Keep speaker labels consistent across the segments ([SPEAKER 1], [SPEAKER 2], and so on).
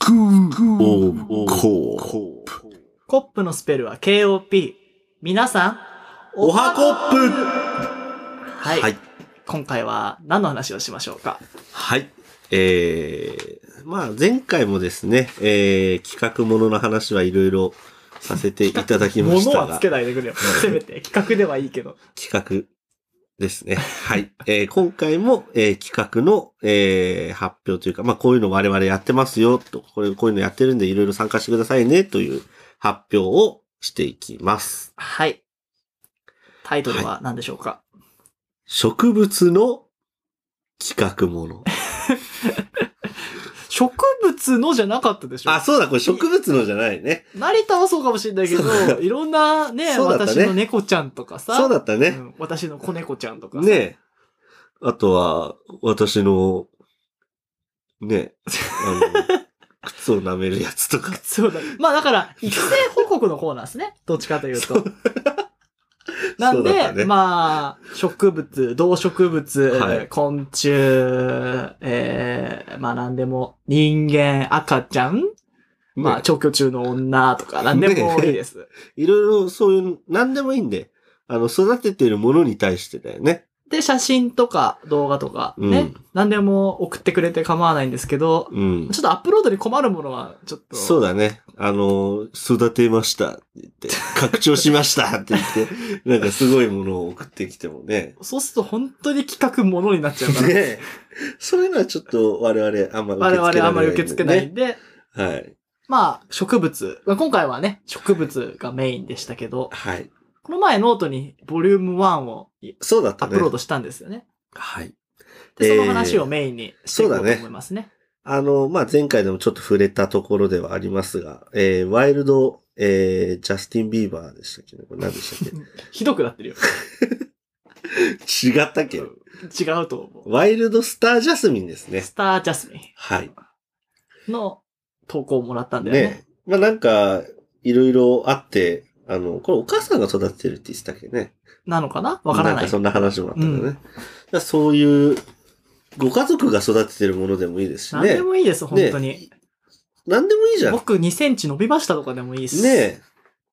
[SPEAKER 1] クーオーコープ。
[SPEAKER 2] コップのスペルは KOP。皆さん、
[SPEAKER 1] おはコップ
[SPEAKER 2] はい、
[SPEAKER 1] はい。
[SPEAKER 2] 今回は何の話をしましょうか
[SPEAKER 1] はい。えー、まあ前回もですね、えー、企画ものの話はいろいろさせていただきまし
[SPEAKER 2] 物
[SPEAKER 1] た
[SPEAKER 2] は
[SPEAKER 1] が
[SPEAKER 2] つ、けないでくれよ。せめて、企画ではいいけど。
[SPEAKER 1] 企画ですね。はい。えー、今回も、えー、企画の、えー、発表というか、まあこういうの我々やってますよ、と、これ、こういうのやってるんでいろいろ参加してくださいね、という発表をしていきます。
[SPEAKER 2] はい。タイトルは何でしょうか、
[SPEAKER 1] 植物の企画もの。
[SPEAKER 2] 植物のじゃなかったでしょ
[SPEAKER 1] あ、そうだ、これ植物のじゃないね。
[SPEAKER 2] 成田はそうかもしれないけ
[SPEAKER 1] そうだ
[SPEAKER 2] ど、いろんなね、
[SPEAKER 1] そうだったね
[SPEAKER 2] 私の猫ちゃんとかさ、
[SPEAKER 1] そうだったね
[SPEAKER 2] う。ん私の子猫ちゃんとかさ、
[SPEAKER 1] ねえ。あとは、私の、ねえ、あ の、靴を舐めるやつとか。
[SPEAKER 2] そうだ。まあ だから、育成報告の方なんですね。どっちかというと。 なん
[SPEAKER 1] そうだった
[SPEAKER 2] で、
[SPEAKER 1] ね
[SPEAKER 2] まあ、植物、動植物、
[SPEAKER 1] はい
[SPEAKER 2] 昆虫、えー、まあ何でも、人間、赤ちゃん、まあ、
[SPEAKER 1] ね
[SPEAKER 2] 調教中の女とか、何でもいいです。
[SPEAKER 1] いろいろそういう、なんでもいいんで、あの、育てているものに対してだよね。
[SPEAKER 2] で、写真とか動画とかね、
[SPEAKER 1] うん
[SPEAKER 2] 何でも送ってくれて構わないんですけど、
[SPEAKER 1] うん。
[SPEAKER 2] ちょっとアップロードに困るものは、ちょっと。
[SPEAKER 1] そうだね。あの、育てましたって言 って、拡張しましたって言って、なんかすごいものを送ってきてもね。
[SPEAKER 2] そうすると本当に企画ものになっちゃうから
[SPEAKER 1] ね、えそういうのはちょっと我々あんま受け付けられ
[SPEAKER 2] 我
[SPEAKER 1] ない、
[SPEAKER 2] 々あんまり受け付けない
[SPEAKER 1] ね。
[SPEAKER 2] んで、
[SPEAKER 1] はい。
[SPEAKER 2] まあ、植物。まあ今回はね、植物がメインでしたけど、
[SPEAKER 1] はい。
[SPEAKER 2] この前ノートにボリューム1を
[SPEAKER 1] そうだっ
[SPEAKER 2] ア
[SPEAKER 1] た
[SPEAKER 2] ッ
[SPEAKER 1] ね。
[SPEAKER 2] プロードしたんですよね。
[SPEAKER 1] はい。
[SPEAKER 2] で、その
[SPEAKER 1] えー
[SPEAKER 2] 話をメインにしていこうと思いますね。
[SPEAKER 1] あの、まあ、前回でもちょっと触れたところではありますが、えー、ワイルド、えー、ジャスティン・ビーバーでしたっけねこれ何でしたっ
[SPEAKER 2] ひどくなってるよ。
[SPEAKER 1] け違ったっけ
[SPEAKER 2] 違うと思う。
[SPEAKER 1] ワイルド・スター・ジャスミンですね
[SPEAKER 2] ス。ター・ジャスミ
[SPEAKER 1] はい。
[SPEAKER 2] ンの投稿をもらったんだよね。
[SPEAKER 1] ね。まあ、なんか、いろいろあって、あの、これお母さんが育ててるって言ってたっけね。
[SPEAKER 2] なのかなわから
[SPEAKER 1] ん
[SPEAKER 2] な
[SPEAKER 1] か
[SPEAKER 2] い。
[SPEAKER 1] そんな話もあったんだね。
[SPEAKER 2] う
[SPEAKER 1] だ
[SPEAKER 2] ん
[SPEAKER 1] からそういう、ご家族が育ててるものでもいいですしね。
[SPEAKER 2] 何でもいいです、本当
[SPEAKER 1] ね
[SPEAKER 2] に。
[SPEAKER 1] 何でもいいじゃん。ね
[SPEAKER 2] 僕2センチ伸びましたとかでもいいし、
[SPEAKER 1] え。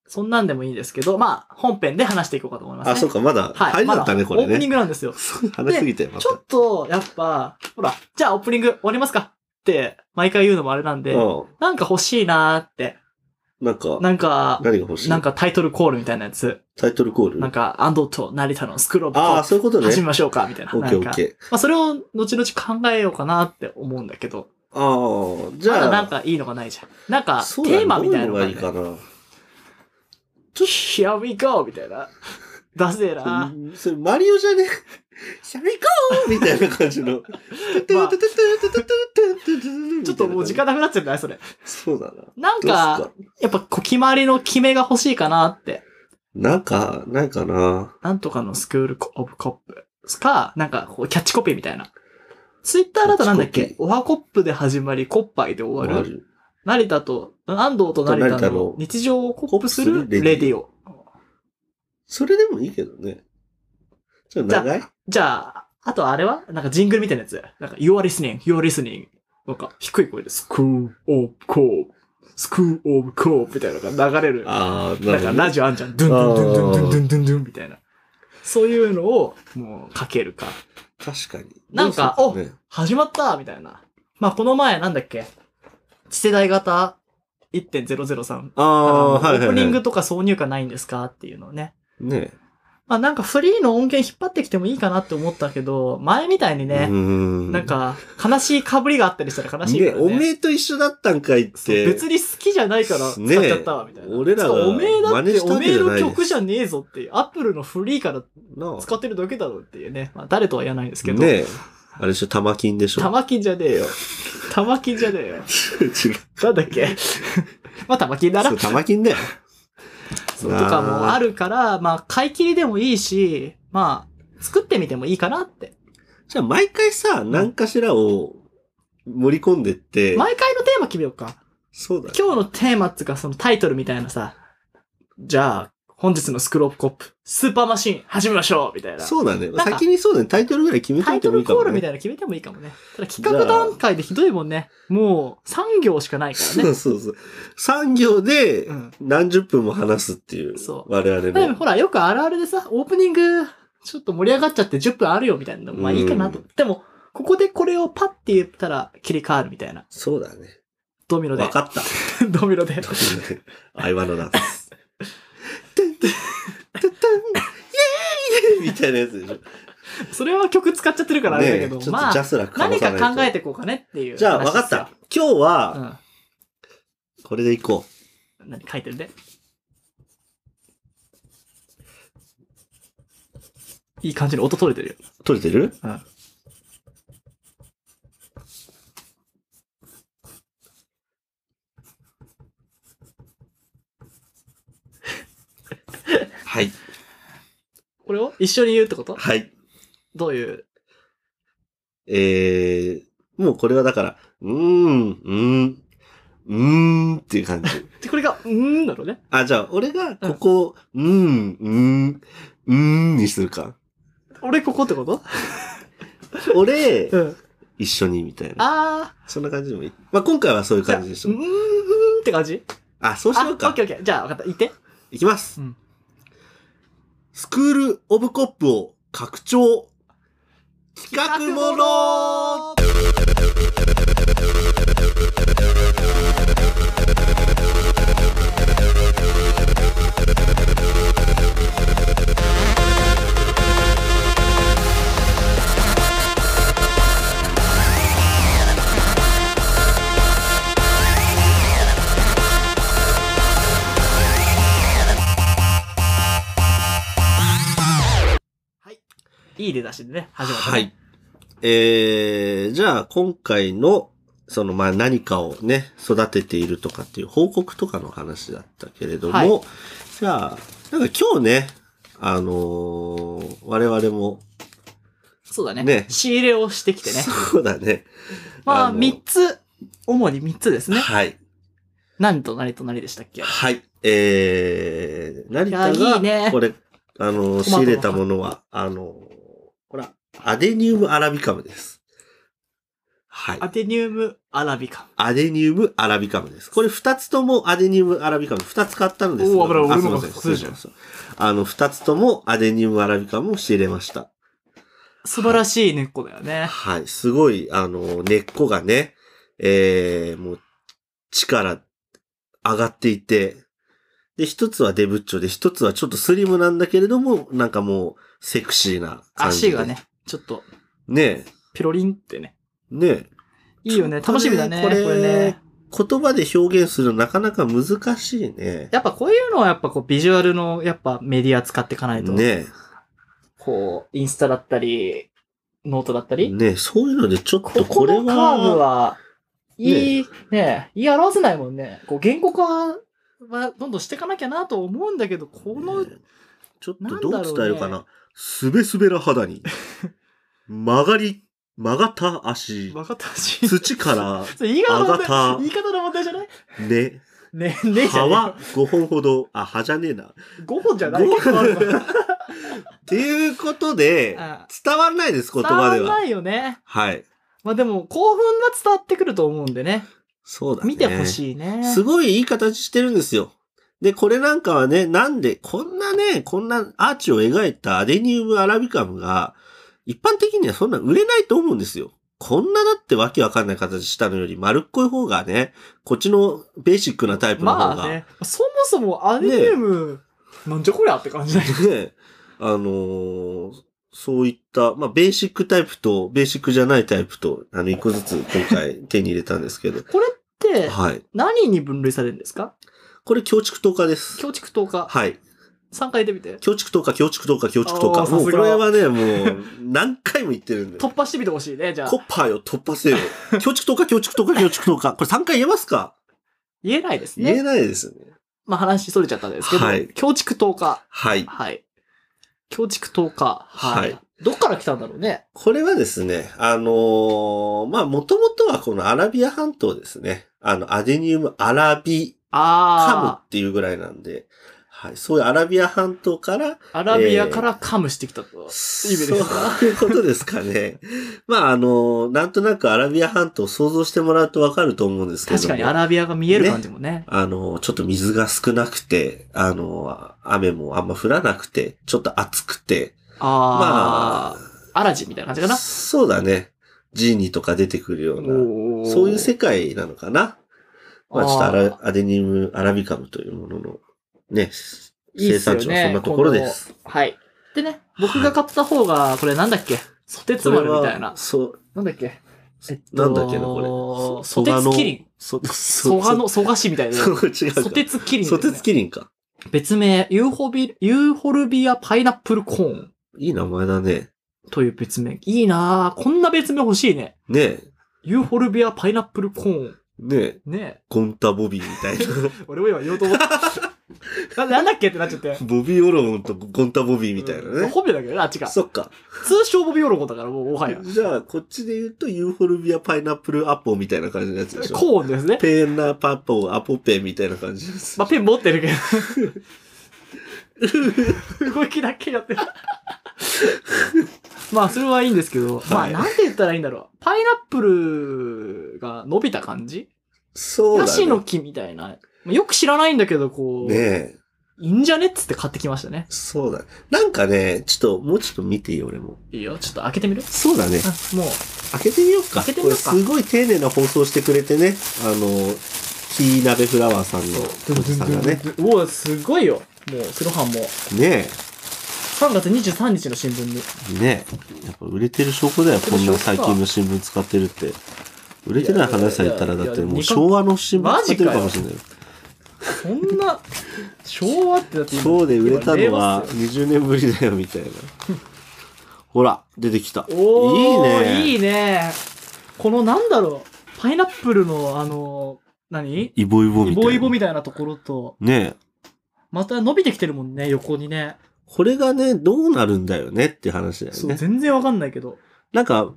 [SPEAKER 2] そんなんでもいいんですけど、まあ、本編で話していこうかと思いますね。
[SPEAKER 1] あ、そうか、まだ
[SPEAKER 2] は
[SPEAKER 1] 入
[SPEAKER 2] い。
[SPEAKER 1] りだったね、
[SPEAKER 2] ま
[SPEAKER 1] こ
[SPEAKER 2] だ
[SPEAKER 1] れ
[SPEAKER 2] オープニン
[SPEAKER 1] ね。
[SPEAKER 2] グなんですよ。
[SPEAKER 1] 話しすぎて、ま
[SPEAKER 2] ちょ
[SPEAKER 1] た。
[SPEAKER 2] っと、やっぱ、ほら、じゃあオープニング終わりますかって、毎回言うのもあれなんで、
[SPEAKER 1] う
[SPEAKER 2] なんか欲しいなーって、
[SPEAKER 1] ん。なんか、
[SPEAKER 2] なんか、
[SPEAKER 1] 何が欲しい
[SPEAKER 2] なんかタイトルコールみたいなやつ、
[SPEAKER 1] タイトルコール
[SPEAKER 2] なんか、安藤と成田のスクロール
[SPEAKER 1] ああ、
[SPEAKER 2] を
[SPEAKER 1] そういうことね。
[SPEAKER 2] 始めましょうか、みたいな。
[SPEAKER 1] オッケーオ
[SPEAKER 2] な
[SPEAKER 1] ッ
[SPEAKER 2] んか
[SPEAKER 1] ケ
[SPEAKER 2] まあ、それを後々考えようかなって思うんだけど、
[SPEAKER 1] ー。ああ、じ
[SPEAKER 2] まだ
[SPEAKER 1] ゃ
[SPEAKER 2] なん
[SPEAKER 1] あ、
[SPEAKER 2] かいいのがないじゃん。なんか、テ
[SPEAKER 1] そうだね
[SPEAKER 2] ーマみたいな
[SPEAKER 1] ど
[SPEAKER 2] の
[SPEAKER 1] ういう
[SPEAKER 2] が
[SPEAKER 1] のがいいかな。
[SPEAKER 2] ちょっと、Here we go! みたいな。だせえな。
[SPEAKER 1] うんそれマリオじゃねシャミコーみたいな感じの。
[SPEAKER 2] ちょっともう時間。なくなっちゃうんじゃないそれ。
[SPEAKER 1] そうだな。
[SPEAKER 2] なん
[SPEAKER 1] どう
[SPEAKER 2] か、やっぱ小決まりの決めが欲しいかなって。
[SPEAKER 1] なんか、ないかな。
[SPEAKER 2] なんとかのスクールコオブコップか、なんかこうキャッチコピーみたいな。ツイッターだとなんだっ
[SPEAKER 1] キャッチ
[SPEAKER 2] けオハコップで始まり、コッパイで終わる。
[SPEAKER 1] る。
[SPEAKER 2] 成田と、安藤と成
[SPEAKER 1] 成
[SPEAKER 2] 田
[SPEAKER 1] 田
[SPEAKER 2] の
[SPEAKER 1] の
[SPEAKER 2] 日常をコップす
[SPEAKER 1] コ
[SPEAKER 2] る
[SPEAKER 1] ップする
[SPEAKER 2] レ
[SPEAKER 1] レ
[SPEAKER 2] デ
[SPEAKER 1] ディ
[SPEAKER 2] ィオ。
[SPEAKER 1] それでもいいけどね。じゃあ長い
[SPEAKER 2] じゃあ、あとあれはなんかジングルみたいなやつ。なんか You are listening, you are listening. なんか低い声でスクールオブコープ、スクールオブコープみたいなのが流れる。
[SPEAKER 1] ああ、
[SPEAKER 2] なんかラジオあんじゃん。ドゥンドゥンドゥンドゥンドゥンドゥンドゥンみたいな。そういうのをもうかけるか。
[SPEAKER 1] 確かに。
[SPEAKER 2] なんか
[SPEAKER 1] どうするね
[SPEAKER 2] 始まったみたいな。まあ、この前なんだっけ次世代型1.003。
[SPEAKER 1] あ
[SPEAKER 2] あ
[SPEAKER 1] あ、
[SPEAKER 2] のオ
[SPEAKER 1] はいはいはい。
[SPEAKER 2] ープニングとか挿入歌ないんですかっていうのをね。
[SPEAKER 1] ね。
[SPEAKER 2] まあなんかフリーの音源引っ張ってきてもいいかなって思ったけど、前みたいに
[SPEAKER 1] うー
[SPEAKER 2] ね、
[SPEAKER 1] ん
[SPEAKER 2] なん、か悲しい被りがあったりしたら悲しいか
[SPEAKER 1] ね、
[SPEAKER 2] ら
[SPEAKER 1] お
[SPEAKER 2] ね。
[SPEAKER 1] めえと一緒だったんかいっ
[SPEAKER 2] そう
[SPEAKER 1] て。
[SPEAKER 2] 別に好きじゃないから使っちゃったわ、みたいな。
[SPEAKER 1] ねえ俺らが
[SPEAKER 2] しかもおめえだっ
[SPEAKER 1] 真似し
[SPEAKER 2] て、
[SPEAKER 1] た
[SPEAKER 2] お
[SPEAKER 1] わけ
[SPEAKER 2] めえ
[SPEAKER 1] じゃない
[SPEAKER 2] の
[SPEAKER 1] です
[SPEAKER 2] 曲じゃねえぞっていう、アップルのフリーから
[SPEAKER 1] なあ
[SPEAKER 2] 使ってるだけだろっていうね。まあ誰とは言わないですけど。
[SPEAKER 1] ねえ。あれでしょ、玉金でしょ。
[SPEAKER 2] 玉金じゃねえよ。玉金じゃねえよ。
[SPEAKER 1] 違う。
[SPEAKER 2] なんだっけ まあ、玉金だな
[SPEAKER 1] そう、。玉金だよ。
[SPEAKER 2] そうとかもあるから、まあ、買い切りでもいいし、まあ、作ってみてもいいかなって。
[SPEAKER 1] じゃあ、毎回さ、何かしらを盛り込んでって、
[SPEAKER 2] 毎回のテーマ決めようか。
[SPEAKER 1] そうだね。
[SPEAKER 2] 今日のテーマっつうか、そのタイトルみたいなさ、じゃあ、本日のスクロープコップ、スーパーマシン始めましょうみたいな。
[SPEAKER 1] そうだね。
[SPEAKER 2] なんか
[SPEAKER 1] 先にそうだね。タイトルぐらい決めと
[SPEAKER 2] タ
[SPEAKER 1] い
[SPEAKER 2] イ
[SPEAKER 1] て
[SPEAKER 2] ト
[SPEAKER 1] もいい
[SPEAKER 2] ル
[SPEAKER 1] か
[SPEAKER 2] コ
[SPEAKER 1] も、
[SPEAKER 2] ー
[SPEAKER 1] ね。
[SPEAKER 2] ルみたいなの決めてもいいかもね。ただ企画段階でひどいもんね。もう3行しかないから
[SPEAKER 1] そう
[SPEAKER 2] ね。
[SPEAKER 1] そうそう。産業で
[SPEAKER 2] うん。
[SPEAKER 1] 何十分も話すっていう。
[SPEAKER 2] そう
[SPEAKER 1] 我々
[SPEAKER 2] でも
[SPEAKER 1] の。
[SPEAKER 2] ほら、よくあるあるでさ、オープニング、ちょっと盛り上がっちゃって10分あるよみたいなのまあいいかなと。
[SPEAKER 1] うん
[SPEAKER 2] でも、ここでこれをパッて言ったら切り替わるみたいな。
[SPEAKER 1] そうだね。
[SPEAKER 2] ドミノで
[SPEAKER 1] わ。かった。
[SPEAKER 2] ドミノ で。
[SPEAKER 1] 相場のダンス。トゥントゥントゥントゥンイエーイみたいなやつでしょ。
[SPEAKER 2] それは曲使っちゃってるからあれだけ
[SPEAKER 1] ねえちょ
[SPEAKER 2] ど
[SPEAKER 1] っ、と
[SPEAKER 2] ま
[SPEAKER 1] ジャ
[SPEAKER 2] あ、
[SPEAKER 1] スラック
[SPEAKER 2] 何
[SPEAKER 1] さ
[SPEAKER 2] か
[SPEAKER 1] ないと
[SPEAKER 2] 考えていこうかねっていう。
[SPEAKER 1] じゃあ、わかった。。今日
[SPEAKER 2] う
[SPEAKER 1] は、
[SPEAKER 2] ん。
[SPEAKER 1] これでいこう。
[SPEAKER 2] 何書いてるね。いい感じに音取れてるよ。
[SPEAKER 1] 取れてる
[SPEAKER 2] うん
[SPEAKER 1] はい。
[SPEAKER 2] これを一緒に言うってこと
[SPEAKER 1] はい。
[SPEAKER 2] どういう
[SPEAKER 1] えー、もうこれはだから、うーん、うーん、うーんっていう感じ。
[SPEAKER 2] で、これが、うーんなのね。
[SPEAKER 1] あ、じゃあ、俺が、ここを、うーん、うーん、うーんにするか。
[SPEAKER 2] 俺ここってこと
[SPEAKER 1] 俺、
[SPEAKER 2] うん。
[SPEAKER 1] 一緒に、みたいな。
[SPEAKER 2] あ
[SPEAKER 1] そんな感じでもいい。まあ、今回はそういう
[SPEAKER 2] ー。じゃあ、
[SPEAKER 1] 感
[SPEAKER 2] う
[SPEAKER 1] じでし
[SPEAKER 2] ーん
[SPEAKER 1] ょ。
[SPEAKER 2] って感じ
[SPEAKER 1] あ、そうし
[SPEAKER 2] あ、
[SPEAKER 1] よ
[SPEAKER 2] オ
[SPEAKER 1] う
[SPEAKER 2] ッ
[SPEAKER 1] か
[SPEAKER 2] ケー。オッケー。じゃあ、分かった。言って。
[SPEAKER 1] いきます。
[SPEAKER 2] うん
[SPEAKER 1] スクール・オブ・コップを拡張。企画もの
[SPEAKER 2] いい出だしでね、始まった。
[SPEAKER 1] は。い。えー、じゃあ今回の、そのまあ何かをね、育てているとかっていう報告とかの話だったけれども、
[SPEAKER 2] はい
[SPEAKER 1] じゃあ、なんか今日ね、あのー我々も、
[SPEAKER 2] そうだね。
[SPEAKER 1] ね
[SPEAKER 2] 仕入れをしてきてね。
[SPEAKER 1] そうだね。
[SPEAKER 2] ま
[SPEAKER 1] あ
[SPEAKER 2] あ、
[SPEAKER 1] の
[SPEAKER 2] 三つ、主に三つですね。
[SPEAKER 1] はい。
[SPEAKER 2] 何と何と何でしたっけ
[SPEAKER 1] はい。えー、成田
[SPEAKER 2] いやいいね
[SPEAKER 1] が、これ、あの、
[SPEAKER 2] トマトの
[SPEAKER 1] 仕入れたものは、あの、ほら、アデニウムアラビカムです。はい。
[SPEAKER 2] アテニウムアラビカ。
[SPEAKER 1] アデニウムアラビカムです。これ二つともアデニウムアラビカム、二つ買ったのですが
[SPEAKER 2] おー危ない
[SPEAKER 1] あ
[SPEAKER 2] 俺
[SPEAKER 1] すい
[SPEAKER 2] の
[SPEAKER 1] ま
[SPEAKER 2] が
[SPEAKER 1] せん、
[SPEAKER 2] 普通じゃん
[SPEAKER 1] 失礼しましたあの、二つともアデニウムアラビカムを仕入れました。
[SPEAKER 2] 素晴らしい根っこだよね。
[SPEAKER 1] はい。すごい、あの、根っこがね、えー、もう、力、上がっていて、で、一つはデブッチョで、一つはちょっとスリムなんだけれども、なんかもう、セクシーな感じで。
[SPEAKER 2] 足が。ね、ちょっと、
[SPEAKER 1] ね
[SPEAKER 2] ピロリンってね。
[SPEAKER 1] え、ねえ。
[SPEAKER 2] いいよね。
[SPEAKER 1] ちょっと
[SPEAKER 2] 楽
[SPEAKER 1] ね
[SPEAKER 2] しみだね。
[SPEAKER 1] こ
[SPEAKER 2] こ
[SPEAKER 1] れ
[SPEAKER 2] れね。
[SPEAKER 1] 言葉で表現するのなかなか難しいね。
[SPEAKER 2] やっぱこういうのはやっぱこうビジュアルのやっぱメディア使っていかないと。
[SPEAKER 1] ねえ。
[SPEAKER 2] こう、インスタだったり、ノートだったり。
[SPEAKER 1] ねそういうのでちょっ
[SPEAKER 2] こと
[SPEAKER 1] こ
[SPEAKER 2] こ
[SPEAKER 1] れ
[SPEAKER 2] の
[SPEAKER 1] は、
[SPEAKER 2] カーブは、いい、ね言い表せないもんね。こう、言語化はどんどんしていかなきゃなと思うんだけど、この、
[SPEAKER 1] ねちょっ
[SPEAKER 2] なん
[SPEAKER 1] と
[SPEAKER 2] だろ
[SPEAKER 1] ど
[SPEAKER 2] うね
[SPEAKER 1] う伝えるかな。すべすべら肌に、曲がり、曲がった足、
[SPEAKER 2] 分かったし。
[SPEAKER 1] 土か
[SPEAKER 2] それ言い方の問
[SPEAKER 1] あが
[SPEAKER 2] 題
[SPEAKER 1] た、
[SPEAKER 2] 言い方の問題じゃない
[SPEAKER 1] ら、ね、
[SPEAKER 2] ね、ねえじゃ
[SPEAKER 1] 葉
[SPEAKER 2] ね
[SPEAKER 1] は5本ほど、あ、葉じゃねえな。
[SPEAKER 2] 5本じゃない
[SPEAKER 1] 五
[SPEAKER 2] 結構あるわ
[SPEAKER 1] っていうことで
[SPEAKER 2] あ、
[SPEAKER 1] 伝わらないです、言
[SPEAKER 2] 伝わ
[SPEAKER 1] 葉で
[SPEAKER 2] んな
[SPEAKER 1] は。
[SPEAKER 2] いよね。
[SPEAKER 1] はい。
[SPEAKER 2] まあでも、興奮が伝わってくると思うんでね。
[SPEAKER 1] そうだね。
[SPEAKER 2] 見てほしいね。
[SPEAKER 1] すごいいい形してるんですよ。で、これなんかはね、なんで、こんなね、こんなアーチを描いたアデニウムアラビカムが、一般的にはそんな売れないと思うんですよ。こんなだってわけわかんない形したのより丸っこい方がね、こっちのベーシックなタイプの方が。
[SPEAKER 2] まあね、そもそもアニメーム、なんじゃこりゃって感じだよね。
[SPEAKER 1] ね、あのーそういった、まあ、ベーシックタイプと、ベーシックじゃないタイプと、あの、一個ずつ今回手に入れたんです
[SPEAKER 2] 。
[SPEAKER 1] けど
[SPEAKER 2] これって、
[SPEAKER 1] はい。
[SPEAKER 2] 何に分類されるんですか
[SPEAKER 1] これ、強築投下です。
[SPEAKER 2] 強築投下。
[SPEAKER 1] はい。
[SPEAKER 2] 3回言ってみて。
[SPEAKER 1] 強築投下、強築投下、強築投下。
[SPEAKER 2] あー
[SPEAKER 1] もう
[SPEAKER 2] さ
[SPEAKER 1] こ
[SPEAKER 2] す
[SPEAKER 1] れ
[SPEAKER 2] が
[SPEAKER 1] はね、もう何回も言ってるんで。
[SPEAKER 2] 突破してみてほしいね、じゃあ
[SPEAKER 1] コ。ッパーよ、突破せよ。強築投下、強築投下、強築投下。これ3回言えますか
[SPEAKER 2] 言えないです
[SPEAKER 1] 言え
[SPEAKER 2] ね。
[SPEAKER 1] ないですよね。
[SPEAKER 2] まあ話それちゃったんですけど
[SPEAKER 1] はい、
[SPEAKER 2] 強築投下。
[SPEAKER 1] はい。
[SPEAKER 2] はい。強築投下。は
[SPEAKER 1] はい
[SPEAKER 2] い。どっから来たんだろうね。
[SPEAKER 1] これはですね、あのーまあ、もともとはこのアラビア半島ですね。あの、アデニウムアラビカム
[SPEAKER 2] あ
[SPEAKER 1] っていうぐらいなんで、はい。そういうアラビア半島から、
[SPEAKER 2] アラビアからカムしてきたと。
[SPEAKER 1] そ
[SPEAKER 2] 意味ですか
[SPEAKER 1] ういうことですかね。まあ、あの、なんとなくアラビア半島を想像してもらうとわかると思うんですけども。
[SPEAKER 2] 確かにアラビアが見える感じもね。
[SPEAKER 1] あの、ちょっと水が少なくて、あの、雨もあんま降らなくて、ちょっと暑くて、
[SPEAKER 2] ああ、アラジンみたいな感じかな。
[SPEAKER 1] そうだね。ジーニーとか出てくるよう
[SPEAKER 2] お
[SPEAKER 1] な、
[SPEAKER 2] ー
[SPEAKER 1] そういう世界なのかな。まあ、ちょっとア
[SPEAKER 2] あー
[SPEAKER 1] ラアデニウム、アラビカムというものの、ね、
[SPEAKER 2] いい
[SPEAKER 1] 生
[SPEAKER 2] っす
[SPEAKER 1] 産
[SPEAKER 2] よね
[SPEAKER 1] 地はそんなところです。
[SPEAKER 2] はい。でね、僕が買った方が、これなんだっけソテツ
[SPEAKER 1] それ
[SPEAKER 2] 丸みたい
[SPEAKER 1] は
[SPEAKER 2] な、。
[SPEAKER 1] そう、
[SPEAKER 2] なんだっけえっと
[SPEAKER 1] なんだっけな、これ。
[SPEAKER 2] ソテツキリン。
[SPEAKER 1] ソガの、ソ
[SPEAKER 2] 蘇我の、蘇我市みたいな。
[SPEAKER 1] そう、 違うか。
[SPEAKER 2] ソテツキリンだ
[SPEAKER 1] ソ
[SPEAKER 2] よね、
[SPEAKER 1] テツキリンか。
[SPEAKER 2] 別名、ユーホビ、ユーホルビアパイナップルコーン
[SPEAKER 1] いい名前だね。
[SPEAKER 2] という別名。いいなぁ。こんな別名欲しいね。
[SPEAKER 1] ねえ、
[SPEAKER 2] ユーホルビアパイナップルコーン。
[SPEAKER 1] ねえ、
[SPEAKER 2] ね
[SPEAKER 1] ゴンタボビーみたいな。
[SPEAKER 2] え。俺も今言おうと思った。な、 なんだっけってなっちゃって。
[SPEAKER 1] ボビー・オロゴンとゴンタ・ボビーみたいな
[SPEAKER 2] うん
[SPEAKER 1] ね。
[SPEAKER 2] 本名だけどね、あっちが。
[SPEAKER 1] そっか。
[SPEAKER 2] 通称ボビオロゴだから、もう、もはや。
[SPEAKER 1] じゃあ、こっちで言うと、ユーフォルビア・パイナップル・アポみたいな感じのやつでしょ。
[SPEAKER 2] コーンですね。
[SPEAKER 1] ペーナ・パポ・アポペみたいな感じです。
[SPEAKER 2] まあ、ペン持ってるけど。動きだけやってる。まあ、それはいいんですけど、
[SPEAKER 1] はい
[SPEAKER 2] まあ、なんて言ったらいいんだろう。パイナップルが伸びた感じ
[SPEAKER 1] そう
[SPEAKER 2] ヤ
[SPEAKER 1] だ
[SPEAKER 2] シの
[SPEAKER 1] ね。
[SPEAKER 2] 木みたいな。まあよく知らないんだけど、こう、
[SPEAKER 1] ねえ。
[SPEAKER 2] いいんじゃねっつって買ってきましたね。
[SPEAKER 1] そうだ。なんかね、ちょっと、もうちょっと見ていい俺も。
[SPEAKER 2] いいよ、ちょっと開けてみる
[SPEAKER 1] そうだね。
[SPEAKER 2] あ、もう、
[SPEAKER 1] 開けてみようか。
[SPEAKER 2] 開けてみようか
[SPEAKER 1] これすごい丁寧な放送してくれてね。あの、キーナベフラワーさんのおじさんがね。
[SPEAKER 2] うわ、すごいよ。もう、セロハンも。
[SPEAKER 1] ね
[SPEAKER 2] 3月23日の新聞に。
[SPEAKER 1] え。ねえ。やっぱ売れてる証拠だよ。こんな最近の新聞使ってるって。売れてない話されたら、
[SPEAKER 2] いやい
[SPEAKER 1] だ
[SPEAKER 2] や
[SPEAKER 1] っ
[SPEAKER 2] い
[SPEAKER 1] て
[SPEAKER 2] や
[SPEAKER 1] もう昭和の新聞使ってるかもしれないよ。
[SPEAKER 2] そんな、 昭和ってだって今
[SPEAKER 1] そうで売れたのは
[SPEAKER 2] 今令和っすよ
[SPEAKER 1] 20年ぶりだよみたいな。ほら、出てきた。いい
[SPEAKER 2] おー
[SPEAKER 1] ね。
[SPEAKER 2] いいね。このなんだろう、パイナップルのあの、何
[SPEAKER 1] イボイボみたいな。
[SPEAKER 2] イボイボみたいなところと、
[SPEAKER 1] ねえ。
[SPEAKER 2] また伸びてきてるもんね、横にね。
[SPEAKER 1] これがね、どうなるんだよねっていう話だよ
[SPEAKER 2] そう
[SPEAKER 1] ね。
[SPEAKER 2] 全然わかんないけど。
[SPEAKER 1] なんか、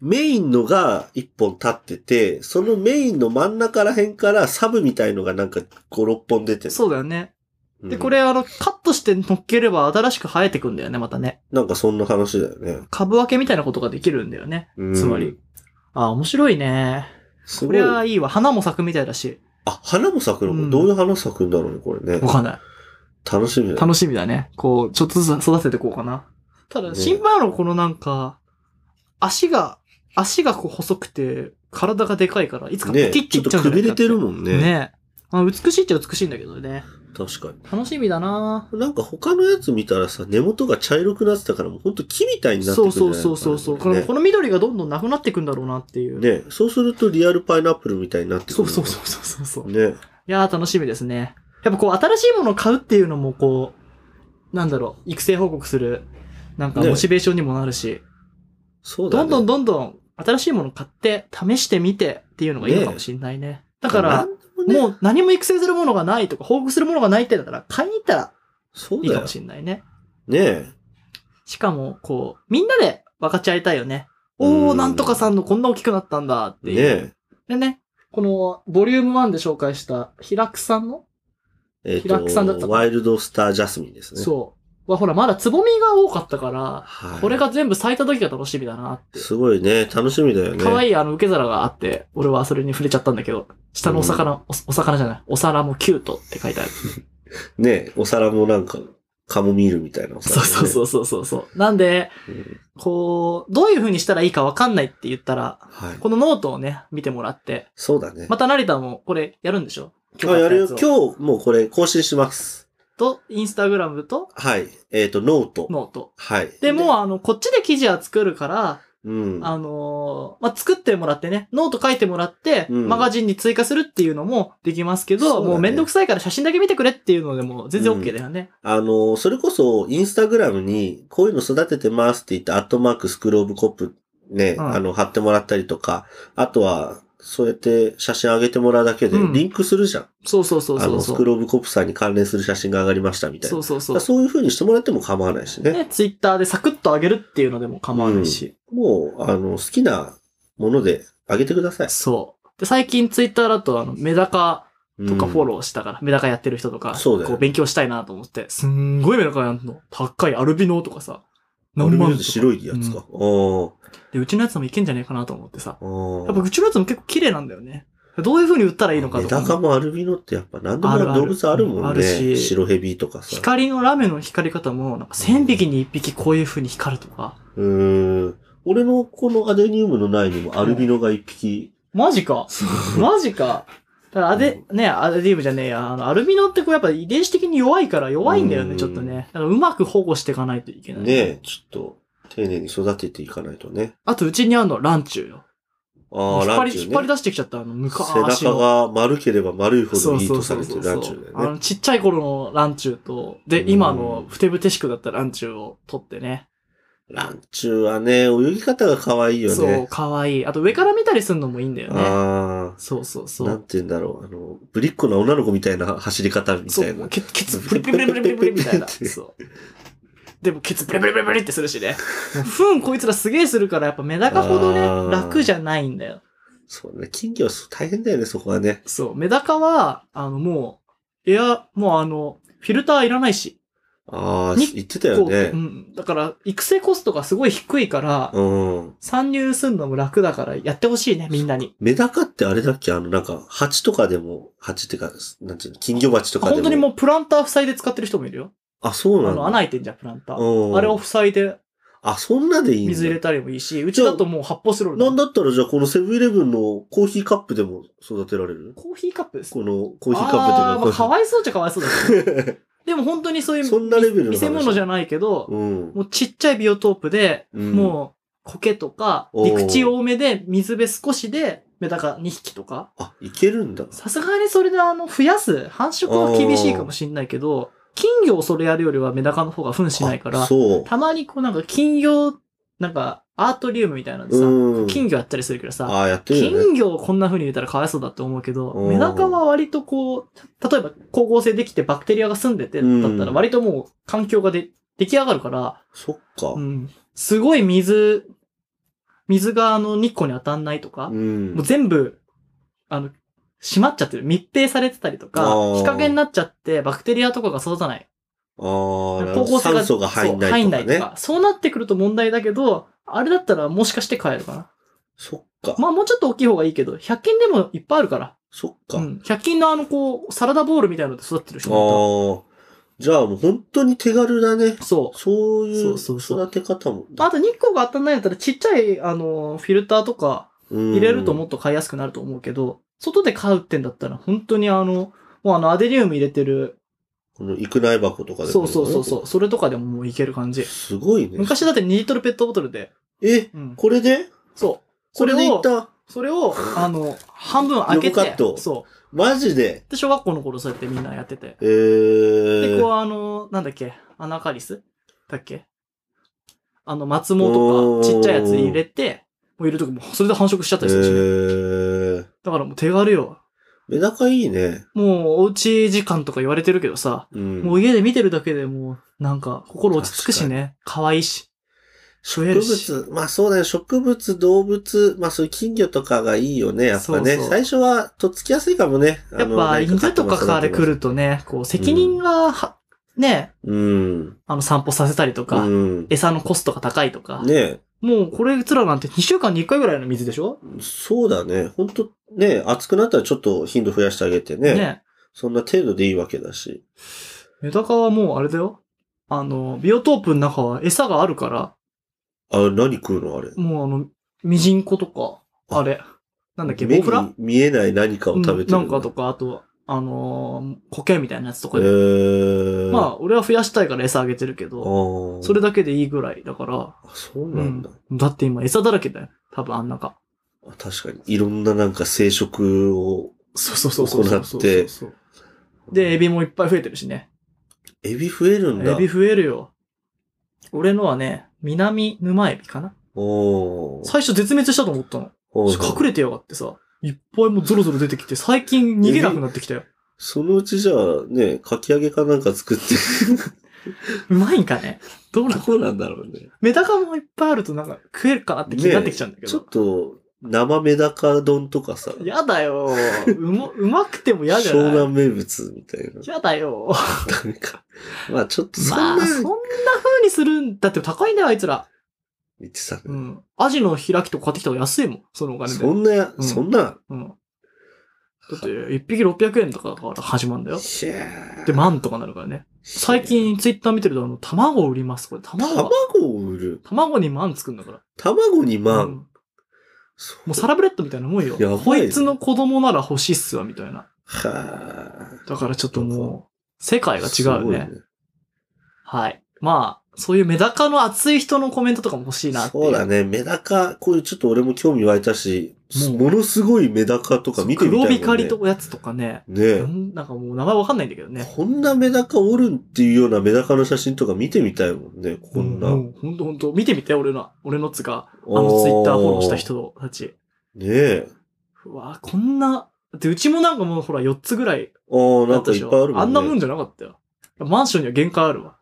[SPEAKER 1] メインのが一本立ってて、そのメインの真ん中ら辺からサブみたいのがなんか5、6本出てる。
[SPEAKER 2] そうだよね。で、
[SPEAKER 1] うん
[SPEAKER 2] こ。れあの、カットして乗っければ新しく生えてくんだよね、またね。
[SPEAKER 1] なんかそんな話だよね。
[SPEAKER 2] 株分けみたいなことができるんだよね。
[SPEAKER 1] うん
[SPEAKER 2] つまり。あー、面白いね。
[SPEAKER 1] すご
[SPEAKER 2] こ
[SPEAKER 1] い。
[SPEAKER 2] りゃ
[SPEAKER 1] あ、
[SPEAKER 2] いいわ。花も咲くみたいだし。
[SPEAKER 1] 花も咲くのか、
[SPEAKER 2] うん
[SPEAKER 1] どういう花咲くんだろうね、これね
[SPEAKER 2] わ。かんない。
[SPEAKER 1] 楽しみだね。
[SPEAKER 2] 楽しみだね。こう、ちょっとずつ育てていこうかな。ただ、
[SPEAKER 1] ね
[SPEAKER 2] 心配なのはこのなんか、足が、足がこう細くて、体がでかいから、いつか
[SPEAKER 1] ね
[SPEAKER 2] ピキ
[SPEAKER 1] え
[SPEAKER 2] ッ
[SPEAKER 1] ちょっと
[SPEAKER 2] ていっちゃうんじ
[SPEAKER 1] く
[SPEAKER 2] ゃな
[SPEAKER 1] び
[SPEAKER 2] いか
[SPEAKER 1] れ
[SPEAKER 2] って
[SPEAKER 1] てるもんね。
[SPEAKER 2] ねえまあ美しいっちゃ美しいんだけどね。
[SPEAKER 1] 確かに。
[SPEAKER 2] 楽しみだな
[SPEAKER 1] なんか他のやつ見たらさ、根元が茶色くなってたから、もうほんと木みたいになってく
[SPEAKER 2] そ
[SPEAKER 1] る
[SPEAKER 2] うん
[SPEAKER 1] じゃ
[SPEAKER 2] そ
[SPEAKER 1] ないのかな
[SPEAKER 2] うそうそうそう。この
[SPEAKER 1] ね
[SPEAKER 2] この緑がどんどんなくなっていくんだろうなっていう。
[SPEAKER 1] ね、そうするとリアルパイナップルみたいになってく
[SPEAKER 2] そ
[SPEAKER 1] る
[SPEAKER 2] う
[SPEAKER 1] のか
[SPEAKER 2] そうそうそうそうそう。
[SPEAKER 1] ね。
[SPEAKER 2] いやー楽しみですね。やっぱこう新しいものを買うっていうのもこう、なんだろう、育成報告する、なんか
[SPEAKER 1] ね
[SPEAKER 2] モチベーションにもなるし、
[SPEAKER 1] そうだ
[SPEAKER 2] ど
[SPEAKER 1] ね。
[SPEAKER 2] んどんどんどん新しいもの買って、試してみてっていうのがいいのかもしれないね。だから、
[SPEAKER 1] なんでもね、
[SPEAKER 2] もう何も育成するものがないとか、報告するものがないってなったら、買いに行ったら
[SPEAKER 1] そう
[SPEAKER 2] いい
[SPEAKER 1] だ
[SPEAKER 2] か
[SPEAKER 1] よ
[SPEAKER 2] も。しれないね。
[SPEAKER 1] ね
[SPEAKER 2] しかも、こう、みんなで分かち合いたいよね。
[SPEAKER 1] う
[SPEAKER 2] おー、
[SPEAKER 1] ん
[SPEAKER 2] なんとかさんのこんな大きくなったんだっ
[SPEAKER 1] え。
[SPEAKER 2] ていう。
[SPEAKER 1] ねえ。
[SPEAKER 2] でね、この、ボリューム1で紹介した、平久さんの
[SPEAKER 1] えっ、
[SPEAKER 2] ヒラクさんだった
[SPEAKER 1] と、
[SPEAKER 2] か
[SPEAKER 1] ワイルドスタージャスミンですね。う。
[SPEAKER 2] そう。はほら、まだつぼみが多かったから、
[SPEAKER 1] はい。
[SPEAKER 2] これが全部咲いた時が楽しみだなって。
[SPEAKER 1] すごいね、楽しみだよね。
[SPEAKER 2] 可愛いあの受け皿があって、俺はそれに触れちゃったんだけど、下のお魚、おお魚じゃない、お皿もキュートって書いてある。
[SPEAKER 1] ねえ、お皿もなんか、カモミールみたいなお皿、
[SPEAKER 2] そう
[SPEAKER 1] ね。
[SPEAKER 2] そうそうそうそうそう。なんで、
[SPEAKER 1] うん。
[SPEAKER 2] こう、どういう風にしたらいいかわかんないって言ったら、
[SPEAKER 1] はい。
[SPEAKER 2] このノートをね、見てもらって、
[SPEAKER 1] そうだね。
[SPEAKER 2] また成田もこれやるんでしょ
[SPEAKER 1] あ、やるよ。
[SPEAKER 2] 日買ったやつを
[SPEAKER 1] 今日、もうこれ更新します。
[SPEAKER 2] と、インスタグラムと
[SPEAKER 1] はい。えっ、と、ノート。
[SPEAKER 2] ノート。
[SPEAKER 1] はい。
[SPEAKER 2] で、もう、あの、こっちで記事は作るから、
[SPEAKER 1] うん。
[SPEAKER 2] あのーまあ、作ってもらってね、ノート書いてもらって、
[SPEAKER 1] うん
[SPEAKER 2] マガジンに追加するっていうのもできますけ
[SPEAKER 1] そう
[SPEAKER 2] ど、
[SPEAKER 1] だね
[SPEAKER 2] もうめんどくさいから写真だけ見てくれっていうのでも全然
[SPEAKER 1] うん
[SPEAKER 2] OK だよね。
[SPEAKER 1] あの、それこそ、インスタグラムに、こういうの育ててますって言って、アットマークスクローブコップね、
[SPEAKER 2] うん
[SPEAKER 1] あの、貼ってもらったりとか、あとは、そうやって写真上げてもらうだけで、
[SPEAKER 2] うん
[SPEAKER 1] リンクするじゃん。
[SPEAKER 2] そうそうそう
[SPEAKER 1] あ
[SPEAKER 2] そ
[SPEAKER 1] の、
[SPEAKER 2] う
[SPEAKER 1] ス
[SPEAKER 2] そ
[SPEAKER 1] ク
[SPEAKER 2] う。
[SPEAKER 1] ローブコップさんに関連する写真が上がりましたみたいな。
[SPEAKER 2] そうそう
[SPEAKER 1] だ
[SPEAKER 2] そ
[SPEAKER 1] から
[SPEAKER 2] う。
[SPEAKER 1] そういう風にしてもらっても構わないしね。
[SPEAKER 2] ね、ツイッターでサクッと上げるっていうのでも構わないし。
[SPEAKER 1] もう、あの、好きなもので上げてください。
[SPEAKER 2] そう。で、最近ツイッターだと、あの、メダカとかフ
[SPEAKER 1] ロー。
[SPEAKER 2] ォローしたから、メダカやってる人とか、
[SPEAKER 1] そうだよ
[SPEAKER 2] こう勉強したいなと思って、すんごいメダカやんの。高いアルビノとかさ。
[SPEAKER 1] アルミ
[SPEAKER 2] と
[SPEAKER 1] の
[SPEAKER 2] か
[SPEAKER 1] 白いやつ
[SPEAKER 2] うん
[SPEAKER 1] か。お
[SPEAKER 2] で、うちのやつもいけんじゃねえかなと思ってさ。
[SPEAKER 1] ーお
[SPEAKER 2] やっぱ
[SPEAKER 1] ー
[SPEAKER 2] うちのやつも結構綺麗なんだよね。どういう風に売ったらいいのか
[SPEAKER 1] メ
[SPEAKER 2] と
[SPEAKER 1] ダカ
[SPEAKER 2] か。
[SPEAKER 1] もアルビノってやっぱ何で
[SPEAKER 2] あるあ
[SPEAKER 1] も
[SPEAKER 2] る
[SPEAKER 1] 動物あるも
[SPEAKER 2] あ
[SPEAKER 1] ん
[SPEAKER 2] る
[SPEAKER 1] ね。
[SPEAKER 2] し
[SPEAKER 1] 白ヘビとかさ。
[SPEAKER 2] 光のラメの光り方も、なんか1000匹に1匹こういう風に光るとか。
[SPEAKER 1] うーん。俺のこのアデニウムの苗にもアルビノが一匹。
[SPEAKER 2] マジか。マジか。だからアデ、ね、アディウムじゃねえや。あの、アルミノってこうやっぱ遺伝子的に弱いから弱いんだよ
[SPEAKER 1] う
[SPEAKER 2] ね、
[SPEAKER 1] ん
[SPEAKER 2] ちょっとね。だからうまく保護していかないといけない。
[SPEAKER 1] ねえ、ちょっと丁寧に育てていかないとね。
[SPEAKER 2] あと、うちにあるの、ランチューよ。
[SPEAKER 1] ああ、
[SPEAKER 2] 引っ張
[SPEAKER 1] ラン
[SPEAKER 2] り、
[SPEAKER 1] チュ
[SPEAKER 2] 引
[SPEAKER 1] ー
[SPEAKER 2] っ張り
[SPEAKER 1] ね。
[SPEAKER 2] 出してきちゃった、あの、
[SPEAKER 1] 背中
[SPEAKER 2] 昔の。
[SPEAKER 1] が丸ければ丸いほ
[SPEAKER 2] そ
[SPEAKER 1] ど
[SPEAKER 2] う
[SPEAKER 1] いい
[SPEAKER 2] そう
[SPEAKER 1] とさ
[SPEAKER 2] そう
[SPEAKER 1] れて
[SPEAKER 2] そう
[SPEAKER 1] るランチューだよ
[SPEAKER 2] あ
[SPEAKER 1] ね。
[SPEAKER 2] の、ちっちゃい頃のランチューと、で、
[SPEAKER 1] うん
[SPEAKER 2] 今の、ふてぶてしくだったランチューを取ってね。
[SPEAKER 1] ランチューはね、泳ぎ方が可愛いよね。
[SPEAKER 2] そう、かわいい。あと、上から見たりするのもいいんだよね。
[SPEAKER 1] あ
[SPEAKER 2] そうそう
[SPEAKER 1] あ、
[SPEAKER 2] そ
[SPEAKER 1] なん
[SPEAKER 2] う。
[SPEAKER 1] て言うんだろう。あの、ぶりっ子な女の子みたいな走り方み
[SPEAKER 2] そ
[SPEAKER 1] た
[SPEAKER 2] う
[SPEAKER 1] い、な。
[SPEAKER 2] ケケツプリプリプリプリプリプリみたいな。 そう。でも、ケツプリプリプリプリってするしね。もうふん、こいつらすげえするから、やっぱメダカほどね
[SPEAKER 1] あー、
[SPEAKER 2] 楽じゃないんだよ。
[SPEAKER 1] そうね。金魚そう大変だよね、そこはね。
[SPEAKER 2] そう、メダカは、あの、もう、エア、もうあの、フィルターいらないし。
[SPEAKER 1] ああ、
[SPEAKER 2] に
[SPEAKER 1] 言ってたよね
[SPEAKER 2] こうう。ん。だから、育成コストがすごい低いから、
[SPEAKER 1] うん。
[SPEAKER 2] 参入するのも楽だから、やってほしいね、みんなに。
[SPEAKER 1] メダカってあれだっけあの、なんか、蜂とかでも、蜂ってか、なんていうの、金魚鉢とかでも。
[SPEAKER 2] 本当にもうプランター塞いで使ってる人もいるよ。
[SPEAKER 1] あ、そう
[SPEAKER 2] あ
[SPEAKER 1] なん
[SPEAKER 2] の、
[SPEAKER 1] だ。
[SPEAKER 2] 穴開いてんじゃん、プランター。
[SPEAKER 1] うん
[SPEAKER 2] あれを塞いで
[SPEAKER 1] あ、そんなでいいんだ。
[SPEAKER 2] 水入れたりもいいし、うちだともう発泡スチロールだ
[SPEAKER 1] なんだったらじゃあこのセブンイレブンのコーヒーカップでも育てられる
[SPEAKER 2] コーヒーカップです。
[SPEAKER 1] このコーヒーカップっていう
[SPEAKER 2] あーまあ、か
[SPEAKER 1] か
[SPEAKER 2] わいそうっちゃかわいそうだけど。 でも本当にそういう、
[SPEAKER 1] そんなレベルの話
[SPEAKER 2] 見せ物じゃないけど、
[SPEAKER 1] うん。
[SPEAKER 2] もうちっちゃいビオトープで、
[SPEAKER 1] うん
[SPEAKER 2] もう苔とか、
[SPEAKER 1] おー
[SPEAKER 2] 陸地多めで、水辺少しで、メダカ2匹とか。
[SPEAKER 1] あ、いけるんだ。
[SPEAKER 2] さすがにそれであの、増やす、繁殖は厳しいかもしんないけど、金魚をそれやるよりはメダカの方が糞しないか
[SPEAKER 1] あ
[SPEAKER 2] ら、
[SPEAKER 1] そう。
[SPEAKER 2] たまにこうなんか金魚、なんかアートリウムみたいなのでさ、
[SPEAKER 1] うん
[SPEAKER 2] 金魚やったりするけどさ、
[SPEAKER 1] ああ、やってるよね。
[SPEAKER 2] 金魚をこんな風に入れたらかわいそうだって思うけど、
[SPEAKER 1] うん
[SPEAKER 2] メダカは割とこう、例えば光合成できてバクテリアが住んでて、
[SPEAKER 1] うん
[SPEAKER 2] だったら割ともう環境がで出来上がるから、
[SPEAKER 1] そっか
[SPEAKER 2] う。ん、すごい水、水があの日光に当たんないとか
[SPEAKER 1] う、。
[SPEAKER 2] もうん全部、あの、閉まっちゃってる。密閉されてたりとか
[SPEAKER 1] あ、ー
[SPEAKER 2] 日陰になっちゃって、バクテリアとかが育たない。
[SPEAKER 1] ああ、なる
[SPEAKER 2] 光
[SPEAKER 1] ほど
[SPEAKER 2] 合成が
[SPEAKER 1] 酸素が入んないとか
[SPEAKER 2] そう入んないと
[SPEAKER 1] ね。
[SPEAKER 2] か。そうなってくると問題だけど、あれだったらもしかして買えるかな。
[SPEAKER 1] そっか。
[SPEAKER 2] まあもうちょっと大きい方がいいけど、100均でもいっぱいあるから。
[SPEAKER 1] そっ
[SPEAKER 2] う
[SPEAKER 1] か。
[SPEAKER 2] ん。100均のあの、こう、サラダボールみたいなので育ってる人
[SPEAKER 1] あ
[SPEAKER 2] も
[SPEAKER 1] あ。じゃあもう本当に手軽だね
[SPEAKER 2] い。た。そう。
[SPEAKER 1] そういう
[SPEAKER 2] そうそうそう
[SPEAKER 1] 育て方も。
[SPEAKER 2] あと日光が当たんないんだったらちっちゃい、あの、フィルターとか、
[SPEAKER 1] 入
[SPEAKER 2] 入れるともっと買いやすくなると思うけど、外で買うってんだったら、本当にあの、もうあの、アデニウム入れてる、
[SPEAKER 1] この育苗箱とかでも
[SPEAKER 2] そうそうそうそう、それとかでももういける感じ。
[SPEAKER 1] すごいね。
[SPEAKER 2] 昔だって2リットルペットボトルで、
[SPEAKER 1] え、
[SPEAKER 2] うん、
[SPEAKER 1] これで
[SPEAKER 2] そう。そ
[SPEAKER 1] こ
[SPEAKER 2] れ
[SPEAKER 1] れでいっ
[SPEAKER 2] を、
[SPEAKER 1] た
[SPEAKER 2] それを、あの、半分開け
[SPEAKER 1] 横カ
[SPEAKER 2] て
[SPEAKER 1] ット、
[SPEAKER 2] そう。
[SPEAKER 1] マジで
[SPEAKER 2] で、小学校の頃そうやってみんなやってて。
[SPEAKER 1] えー。
[SPEAKER 2] で、こうあの、なんだっけ、アナカリスだっけあの、松
[SPEAKER 1] お
[SPEAKER 2] 本
[SPEAKER 1] ー
[SPEAKER 2] とか、ちっちゃいやつ入れて、もう入れとく、もうそれで繁殖しちゃったりするしね、
[SPEAKER 1] えー。
[SPEAKER 2] だからもう手軽よ。
[SPEAKER 1] メダカいいね。
[SPEAKER 2] もう、おうち時間とか言われてるけどさ、
[SPEAKER 1] うん。
[SPEAKER 2] もう家で見てるだけでもう、なんか、心落ち着くしね。可愛いし。増え
[SPEAKER 1] 植
[SPEAKER 2] るし。
[SPEAKER 1] 物、まあそうだね、植物、動物、まあそういう金魚とかがいいよね、やっぱね。
[SPEAKER 2] そうそう
[SPEAKER 1] 最初は、とっつきやすいかもね。あ
[SPEAKER 2] やっ
[SPEAKER 1] の
[SPEAKER 2] ぱ、犬とかから来。るとね、こう、責任がは、ね、
[SPEAKER 1] 何
[SPEAKER 2] あの、散歩させたりと
[SPEAKER 1] 飼ってもら
[SPEAKER 2] か、
[SPEAKER 1] ううん。
[SPEAKER 2] 餌のコストが高いと
[SPEAKER 1] う
[SPEAKER 2] か
[SPEAKER 1] ん。。ねえ
[SPEAKER 2] もう、これ、うつらなんて2週間に1回ぐらいの水でしょ
[SPEAKER 1] そうだね。本当ね、暑くなったらちょっと頻度増やしてあげてね。
[SPEAKER 2] ね。
[SPEAKER 1] そんな程度でいいわけだし。
[SPEAKER 2] メダカはもう、あれだよ。あの、ビオトープの中は餌があるから、
[SPEAKER 1] あ、何食うのあれ。
[SPEAKER 2] もう、あの、ミジンコとか、あれ、なんだっけ、
[SPEAKER 1] 目に
[SPEAKER 2] ボウフラ
[SPEAKER 1] 見えない何かを食べてる。
[SPEAKER 2] うんなんかとか、あと、あのー、苔みたいなやつと
[SPEAKER 1] え
[SPEAKER 2] か
[SPEAKER 1] ー、
[SPEAKER 2] まあ、俺は増やしたいから餌あげてるけ
[SPEAKER 1] あ
[SPEAKER 2] ど、
[SPEAKER 1] ー、
[SPEAKER 2] それだけでいいぐらいだから、
[SPEAKER 1] あそう
[SPEAKER 2] う
[SPEAKER 1] なん
[SPEAKER 2] ん
[SPEAKER 1] だ、。
[SPEAKER 2] だって今餌だらけだよ。多分あん中。
[SPEAKER 1] あ確かに。いろんななんか生殖を、
[SPEAKER 2] そうそうそうそうそうそうそうそう。で、エビもいっぱい増えてるしね。
[SPEAKER 1] エビ増えるんだ。
[SPEAKER 2] エビ増えるよ。俺のはね、南沼エビかな
[SPEAKER 1] おー
[SPEAKER 2] 最初絶滅したと思ったの。
[SPEAKER 1] おー
[SPEAKER 2] 隠れてやがってさ、いっぱいもうゾロゾロ出てきて、最近逃げなくなってきたよ。
[SPEAKER 1] そのうちじゃあね、かき揚げかなんか作って、
[SPEAKER 2] うまいんかねどうなの
[SPEAKER 1] どうなんだろうね。
[SPEAKER 2] メダカもいっぱいあるとなんか食えるかなって気になってきちゃうんだけ
[SPEAKER 1] ちょ
[SPEAKER 2] ど
[SPEAKER 1] っ。と、生メダカ丼とかさ、
[SPEAKER 2] やだよ。うも、うまくても嫌じゃ
[SPEAKER 1] 湘
[SPEAKER 2] ない
[SPEAKER 1] 南名物みたいな。
[SPEAKER 2] やだよ。
[SPEAKER 1] なんか、 まあちょっとそん
[SPEAKER 2] ま
[SPEAKER 1] な
[SPEAKER 2] あ、そんな風にするんだって高いんだよ、あいつら。
[SPEAKER 1] 言ってたね。
[SPEAKER 2] うん。アジの開きとか買ってきた方が安いもん、そのお金で。
[SPEAKER 1] そんな、
[SPEAKER 2] うん
[SPEAKER 1] そんな、
[SPEAKER 2] うん。だって、一匹600円とかから始まるんだよ。
[SPEAKER 1] いやー
[SPEAKER 2] で、万とかなるからね。最、近ツイッター見てると、あの、卵売ります、これ。卵が
[SPEAKER 1] 卵を売る。
[SPEAKER 2] 卵に万つくんだから。
[SPEAKER 1] 卵にまあ、
[SPEAKER 2] うん
[SPEAKER 1] そ
[SPEAKER 2] もうサラブレッドみたいなもんよ。
[SPEAKER 1] やばいね
[SPEAKER 2] こいつの子供なら欲しいっすわ、みたいな。
[SPEAKER 1] は
[SPEAKER 2] だからちょっともう、世
[SPEAKER 1] あ。
[SPEAKER 2] 界が違
[SPEAKER 1] す
[SPEAKER 2] う
[SPEAKER 1] ごい
[SPEAKER 2] ね。はい。まあ、そういうメダカの熱い人のコメントとかも欲しいなっていう。
[SPEAKER 1] そうだね。メダカ、こういうちょっと俺も興味湧いたし、
[SPEAKER 2] もう
[SPEAKER 1] ものすごいメダカとか見てみたいもんね。
[SPEAKER 2] 黒光りとおやつとかね。
[SPEAKER 1] ね
[SPEAKER 2] う
[SPEAKER 1] え、
[SPEAKER 2] んなんかもう名前わかんないんだけどね。
[SPEAKER 1] こんなメダカおるんっていうようなメダカの写真とか見てみたいもんね、こんな。
[SPEAKER 2] ううほんとほんと。見てみて、俺の、俺のっつが、あ
[SPEAKER 1] あ
[SPEAKER 2] のツイッターフォローした。人たち。
[SPEAKER 1] ねえ。
[SPEAKER 2] うわこんな、で、うちもなんかもうほら4つぐらい
[SPEAKER 1] ああ、
[SPEAKER 2] だ
[SPEAKER 1] な
[SPEAKER 2] っ
[SPEAKER 1] ん
[SPEAKER 2] た
[SPEAKER 1] か
[SPEAKER 2] で
[SPEAKER 1] いっ
[SPEAKER 2] し
[SPEAKER 1] ぱ
[SPEAKER 2] ょ
[SPEAKER 1] いあるもんね。
[SPEAKER 2] あんなもん
[SPEAKER 1] じ
[SPEAKER 2] じゃなかったよ。マンションには限界あるわ。
[SPEAKER 1] ゃ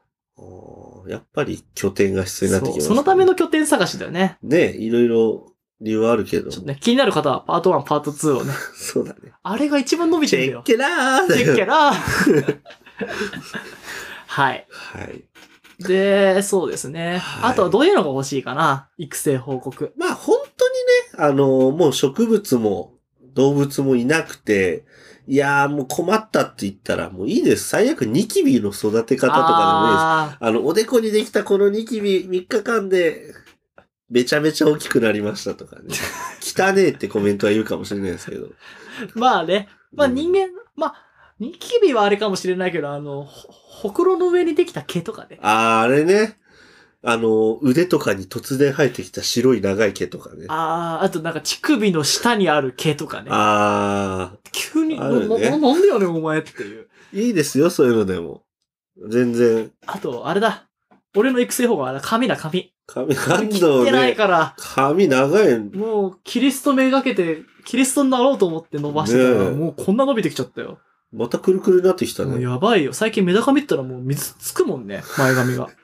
[SPEAKER 1] やっぱり拠点が必要になってき
[SPEAKER 2] そ
[SPEAKER 1] ま
[SPEAKER 2] う
[SPEAKER 1] す、
[SPEAKER 2] そのため。の拠点探しだよね。
[SPEAKER 1] ねえ、いろいろ理由はあるけど。
[SPEAKER 2] ちょっとね、気になる方はパート1、パート2をね。
[SPEAKER 1] そうだね。
[SPEAKER 2] あれが一番伸び
[SPEAKER 1] チ
[SPEAKER 2] てんだ
[SPEAKER 1] ェッ
[SPEAKER 2] よ。
[SPEAKER 1] ケラーだ
[SPEAKER 2] チェッ
[SPEAKER 1] よ
[SPEAKER 2] ケラー はい。
[SPEAKER 1] はい。
[SPEAKER 2] で、そうですね。
[SPEAKER 1] はい
[SPEAKER 2] あとはどういうのが欲しいかな育成報告。
[SPEAKER 1] まあ本当にね、あのもう植物も動物もいなくて、いやーもう困ったって言ったらもういいです。最悪ニキビの育て方とかでもいいです。
[SPEAKER 2] あ
[SPEAKER 1] あの、おでこにできたこのニキビ3日間で、めちゃめちゃ大きくなりましたとかね。汚ねえってコメントは言うかもしれないですけど。
[SPEAKER 2] ーまあね。 まあ
[SPEAKER 1] うん
[SPEAKER 2] 人間、まあ、ニキビはあれかもしれないけど、あの、ほ、ほくろの上にできた毛とかね。
[SPEAKER 1] あー、あれね。あの、腕とかに突然生えてきた白い長い毛とかね。あ
[SPEAKER 2] ああ、あとなんか乳首の下にある毛とかね。
[SPEAKER 1] あ
[SPEAKER 2] 急に、
[SPEAKER 1] あ
[SPEAKER 2] な、
[SPEAKER 1] る
[SPEAKER 2] な
[SPEAKER 1] ね
[SPEAKER 2] なんでよね、お前っていう。
[SPEAKER 1] ー、いいですよ、そういうのでも。全然。
[SPEAKER 2] あと、あれだ。俺の育成方法はあれだ、髪だ、髪。
[SPEAKER 1] 髪、
[SPEAKER 2] 髪
[SPEAKER 1] 感
[SPEAKER 2] 切
[SPEAKER 1] 度
[SPEAKER 2] ってない
[SPEAKER 1] ね。
[SPEAKER 2] から、
[SPEAKER 1] 髪長い。
[SPEAKER 2] もう、キリストめがけて、キリストになろうと思って伸ばしてたら、
[SPEAKER 1] ねえ
[SPEAKER 2] もうこんな伸びてきちゃったよ。
[SPEAKER 1] またくるくるになってきた
[SPEAKER 2] もう
[SPEAKER 1] ね。
[SPEAKER 2] やばいよ。最近メダカ見てたらもう水つくもんね、前髪が。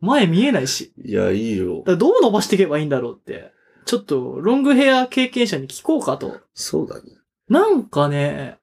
[SPEAKER 2] 前見えないし。
[SPEAKER 1] いや、いいよ
[SPEAKER 2] だか。らどう伸ばしていけばいいんだろうって。ちょっと、ロングヘア経験者に聞こうかと。
[SPEAKER 1] そうだね。
[SPEAKER 2] なんかね、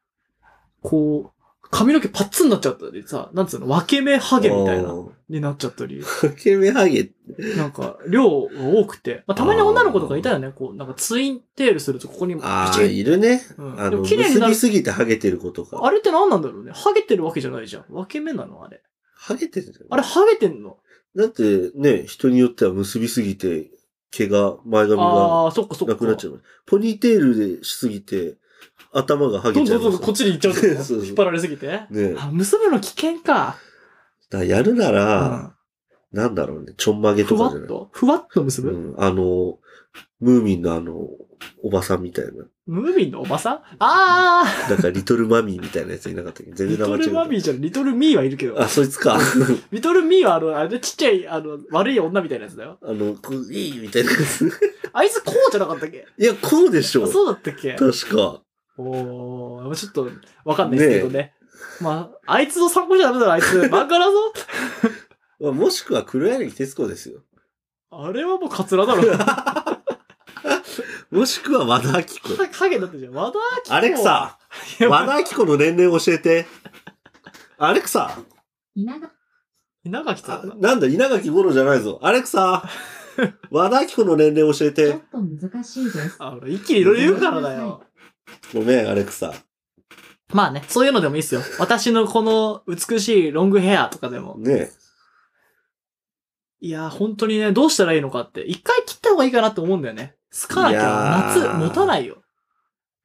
[SPEAKER 2] こう、髪の毛パッツンになっちゃったりさ、なんつうの、分け目ハゲみたい
[SPEAKER 1] あ
[SPEAKER 2] な、
[SPEAKER 1] ー。
[SPEAKER 2] になっちゃったり、
[SPEAKER 1] かけ目ハゲ。
[SPEAKER 2] なんか、量が多くて、まあ、たまに女の子とかいたよね、こう、なんかツインテールするとここにも、
[SPEAKER 1] ああ、
[SPEAKER 2] チッ
[SPEAKER 1] いるね。
[SPEAKER 2] うん
[SPEAKER 1] あ
[SPEAKER 2] で
[SPEAKER 1] の、
[SPEAKER 2] も綺麗に
[SPEAKER 1] 結
[SPEAKER 2] なる
[SPEAKER 1] びすぎてハゲてることか。
[SPEAKER 2] あれって何なんだろうね。ハゲてるわけじゃないじゃん。分け目なのあれ。
[SPEAKER 1] ハゲてるんだよね
[SPEAKER 2] あれ、ハゲてんの
[SPEAKER 1] だってね、人によっては結びすぎて、毛が、前髪が
[SPEAKER 2] ああー、そっかそっか。
[SPEAKER 1] なくなっちゃう。ポニーテールでしすぎて、頭がハ
[SPEAKER 2] ど
[SPEAKER 1] ゲ
[SPEAKER 2] ん
[SPEAKER 1] ちゃう。
[SPEAKER 2] どんどんどんこっちに行っちゃうって こ
[SPEAKER 1] そうそ
[SPEAKER 2] と
[SPEAKER 1] う
[SPEAKER 2] 引っ張られすぎて。
[SPEAKER 1] ねだか
[SPEAKER 2] あ、結ぶの危険か。
[SPEAKER 1] らやるなら、
[SPEAKER 2] う
[SPEAKER 1] なんだろうね、ちょんまげ
[SPEAKER 2] んふ
[SPEAKER 1] と
[SPEAKER 2] わ
[SPEAKER 1] かじゃ
[SPEAKER 2] っ
[SPEAKER 1] ない。
[SPEAKER 2] とふわっと結
[SPEAKER 1] う
[SPEAKER 2] ぶ
[SPEAKER 1] ん、あの、ムーミンのあの、おばさんみたいな。
[SPEAKER 2] ムーミンのおばさんああ
[SPEAKER 1] なんか、リトルマミーみたいなやついなかったっけど、全
[SPEAKER 2] リ
[SPEAKER 1] 然名
[SPEAKER 2] ト
[SPEAKER 1] 前違う。
[SPEAKER 2] ルマミーじゃん、リトルミーはいるけど
[SPEAKER 1] あ、。そいつ か。
[SPEAKER 2] リトルミーはあの、あれでちっちゃい、あの、悪い女みたいなやつだよ。
[SPEAKER 1] あの、こういいみたいなやつ。
[SPEAKER 2] あいつこうじゃなかったっけ
[SPEAKER 1] いや、こうでしょ
[SPEAKER 2] あ
[SPEAKER 1] う。
[SPEAKER 2] そうだったっけ
[SPEAKER 1] 確か。
[SPEAKER 2] おー、ちょっと、わかんないですけどね。まあ、あいつの参考じゃダメだろ、あいつ。 漫画だぞ。
[SPEAKER 1] まあもしくは、黒柳徹子ですよ。
[SPEAKER 2] あれはもうカツラだろ。
[SPEAKER 1] もしくは和田アキ子。
[SPEAKER 2] 影だったじゃん。和田アキ子
[SPEAKER 1] アレクサ、
[SPEAKER 2] いや
[SPEAKER 1] 和田アキ子の年齢教えて。アレクサ、
[SPEAKER 2] 稲垣さ
[SPEAKER 1] あ
[SPEAKER 2] んだ。
[SPEAKER 1] なんだ、稲垣吾郎じゃないぞ。アレクサ、和田アキ子の年齢教
[SPEAKER 3] ち
[SPEAKER 1] え
[SPEAKER 3] ょ
[SPEAKER 1] て
[SPEAKER 3] っ。と難しいです。
[SPEAKER 2] あ、俺、一気にいろいろ言うからだよ。
[SPEAKER 1] ごめん、アレクサ。
[SPEAKER 2] まあね、そういうのでもいいっすよ。私のこの美しいロングヘアとかでも。
[SPEAKER 1] ねえ
[SPEAKER 2] いやー、本当にね、どうしたらいいのかって。一回切った方がいいかなって思うんだよね。スカなき
[SPEAKER 1] いや
[SPEAKER 2] ゃ夏
[SPEAKER 1] ー
[SPEAKER 2] 持たないよ。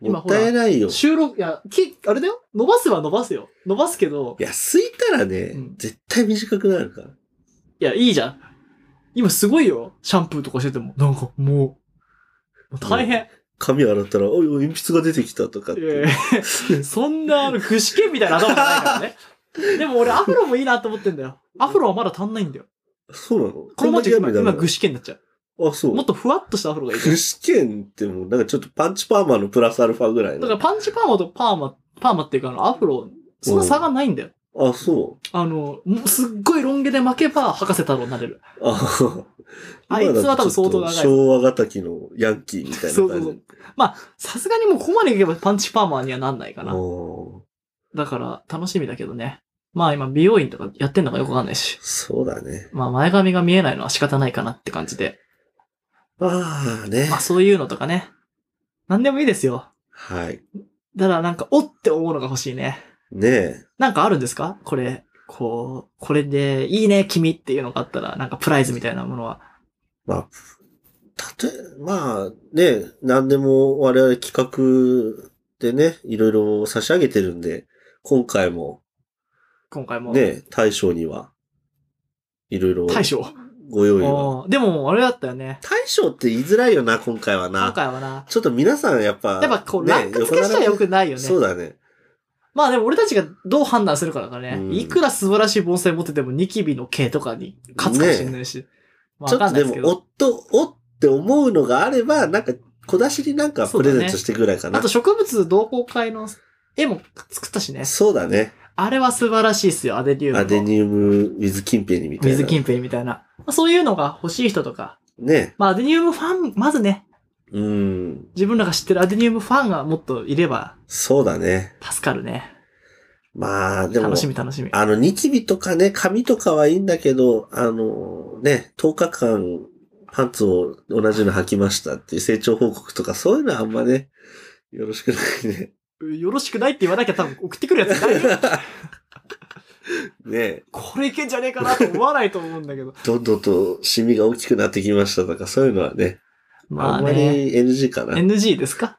[SPEAKER 1] もったいないよ。い
[SPEAKER 2] 収録、いや、き、あれだよ伸ばせば伸ばすよ。伸ばすけど、
[SPEAKER 1] や、すいたらね、
[SPEAKER 2] うん
[SPEAKER 1] 絶対短くなるから。
[SPEAKER 2] いや、いいじゃん。今すごいよ。シャンプーとかしてても。なんか、もう。もう大変。
[SPEAKER 1] 髪洗ったら、おいおい、鉛筆が出てきたとかって。
[SPEAKER 2] いやいやそんな、あの、具志堅みたいな頭じゃないからね。でも俺、アフロもいいなと思ってんだよ。アフロはまだ足んないんだよ。
[SPEAKER 1] そうなの
[SPEAKER 2] このままじゃ今、今、具
[SPEAKER 1] ぐ
[SPEAKER 2] 志堅になっちゃ。
[SPEAKER 1] あ、そうう
[SPEAKER 2] もっ。とふわっとしたアフロがいい。
[SPEAKER 1] 具志堅ってもう、なんかちょっとパンチパーマのプラスアルファぐらい
[SPEAKER 2] だ
[SPEAKER 1] の。
[SPEAKER 2] からパンチパーマとパーマ、パーマっていうかあのアフロ、そんな差がないんだよ。
[SPEAKER 1] あ、そ
[SPEAKER 2] あの、すっごいロン毛で負けば、博士太郎になれる。
[SPEAKER 1] う。あ
[SPEAKER 2] あいつは多分相
[SPEAKER 1] 今だとちょ
[SPEAKER 2] 当長い
[SPEAKER 1] っと昭和型きのヤンキーみたい
[SPEAKER 2] そ
[SPEAKER 1] な
[SPEAKER 2] うそう
[SPEAKER 1] 感
[SPEAKER 2] そ
[SPEAKER 1] じ
[SPEAKER 2] う。まあ、さすがにもうここまでいけばパンチパーマにはなんないか
[SPEAKER 1] あ
[SPEAKER 2] な。
[SPEAKER 1] ー。
[SPEAKER 2] だから、楽しみだけどね。まあ今、美容院とかやってんのかよくわかんないし。
[SPEAKER 1] そうだね。
[SPEAKER 2] まあ前髪が見えないのは仕方ないかなって感じで。
[SPEAKER 1] ああね
[SPEAKER 2] ま。あそういうのとかね。なんでもいいですよ。
[SPEAKER 1] はい。
[SPEAKER 2] ただなんか、おって思うのが欲しいね。
[SPEAKER 1] ねえ。
[SPEAKER 2] なんかあるんですかこれ、こう、これで、いいね、君っていうのがあったら、なんかプライズみたいなものは。
[SPEAKER 1] まあ、たとえ、まあね、何でも我々企画でね、いろいろ差し上げてるんで、今回も
[SPEAKER 2] 今回も。
[SPEAKER 1] ね、大将には、いろいろ
[SPEAKER 2] 大将。
[SPEAKER 1] ご用意を。
[SPEAKER 2] おーでも、あれだったよね。
[SPEAKER 1] 大将って言いづらいよな、今回は
[SPEAKER 2] 今
[SPEAKER 1] な。
[SPEAKER 2] 回はな。
[SPEAKER 1] ちょっと皆さんやっぱ、
[SPEAKER 2] やっぱこう、
[SPEAKER 1] ね
[SPEAKER 2] ランク付けしたら良くないよね。
[SPEAKER 1] そうだね。
[SPEAKER 2] まあでも俺たちがどう判断するかだからね。
[SPEAKER 1] うん
[SPEAKER 2] いくら素晴らしい盆栽持っててもニキビの毛とかに勝つかもしれないし。まあ
[SPEAKER 1] ちょ
[SPEAKER 2] わ
[SPEAKER 1] っ
[SPEAKER 2] か
[SPEAKER 1] と
[SPEAKER 2] んな
[SPEAKER 1] で
[SPEAKER 2] いで
[SPEAKER 1] も
[SPEAKER 2] すけ、
[SPEAKER 1] お
[SPEAKER 2] ど。
[SPEAKER 1] っと、おって思うのがあれば、なんか、小出しになんかプレゼントしてくぐらいか
[SPEAKER 2] あ
[SPEAKER 1] な
[SPEAKER 2] と。植物同好会の絵も作ったしね。
[SPEAKER 1] そうだね。
[SPEAKER 2] あれは素晴らしいっすよ。アデニウム
[SPEAKER 1] アデ
[SPEAKER 2] の。
[SPEAKER 1] ニウム、ウィズキンペニみたいな。
[SPEAKER 2] 水金平みたいな。まあ、そういうのが欲しい人とか。
[SPEAKER 1] ね。
[SPEAKER 2] まあアデニウムファン、まずね、
[SPEAKER 1] うん。
[SPEAKER 2] 自分らが知ってるアデニウムファンがもっといれば
[SPEAKER 1] そうだね。
[SPEAKER 2] 助かるね。
[SPEAKER 1] まあ、でも
[SPEAKER 2] 楽、しみ楽しみ。
[SPEAKER 1] あの、ニキビとかね、髪とかはいいんだけど、あの、ね、10日間、パンツを同じの履きましたっていう成長報告とか、そういうのはあんまね、よろしくないね。
[SPEAKER 2] よろしくないって言わなきゃ多分送ってくるやついないよ
[SPEAKER 1] ねえ
[SPEAKER 2] これいけんじゃねえかなと思わないと思うんだけど。
[SPEAKER 1] どんどんとシミが大きくなってきましたとか、そういうのはね、
[SPEAKER 2] ま
[SPEAKER 1] あ
[SPEAKER 2] あ
[SPEAKER 1] ん ま
[SPEAKER 2] ね。
[SPEAKER 1] り NG かな。
[SPEAKER 2] NG ですか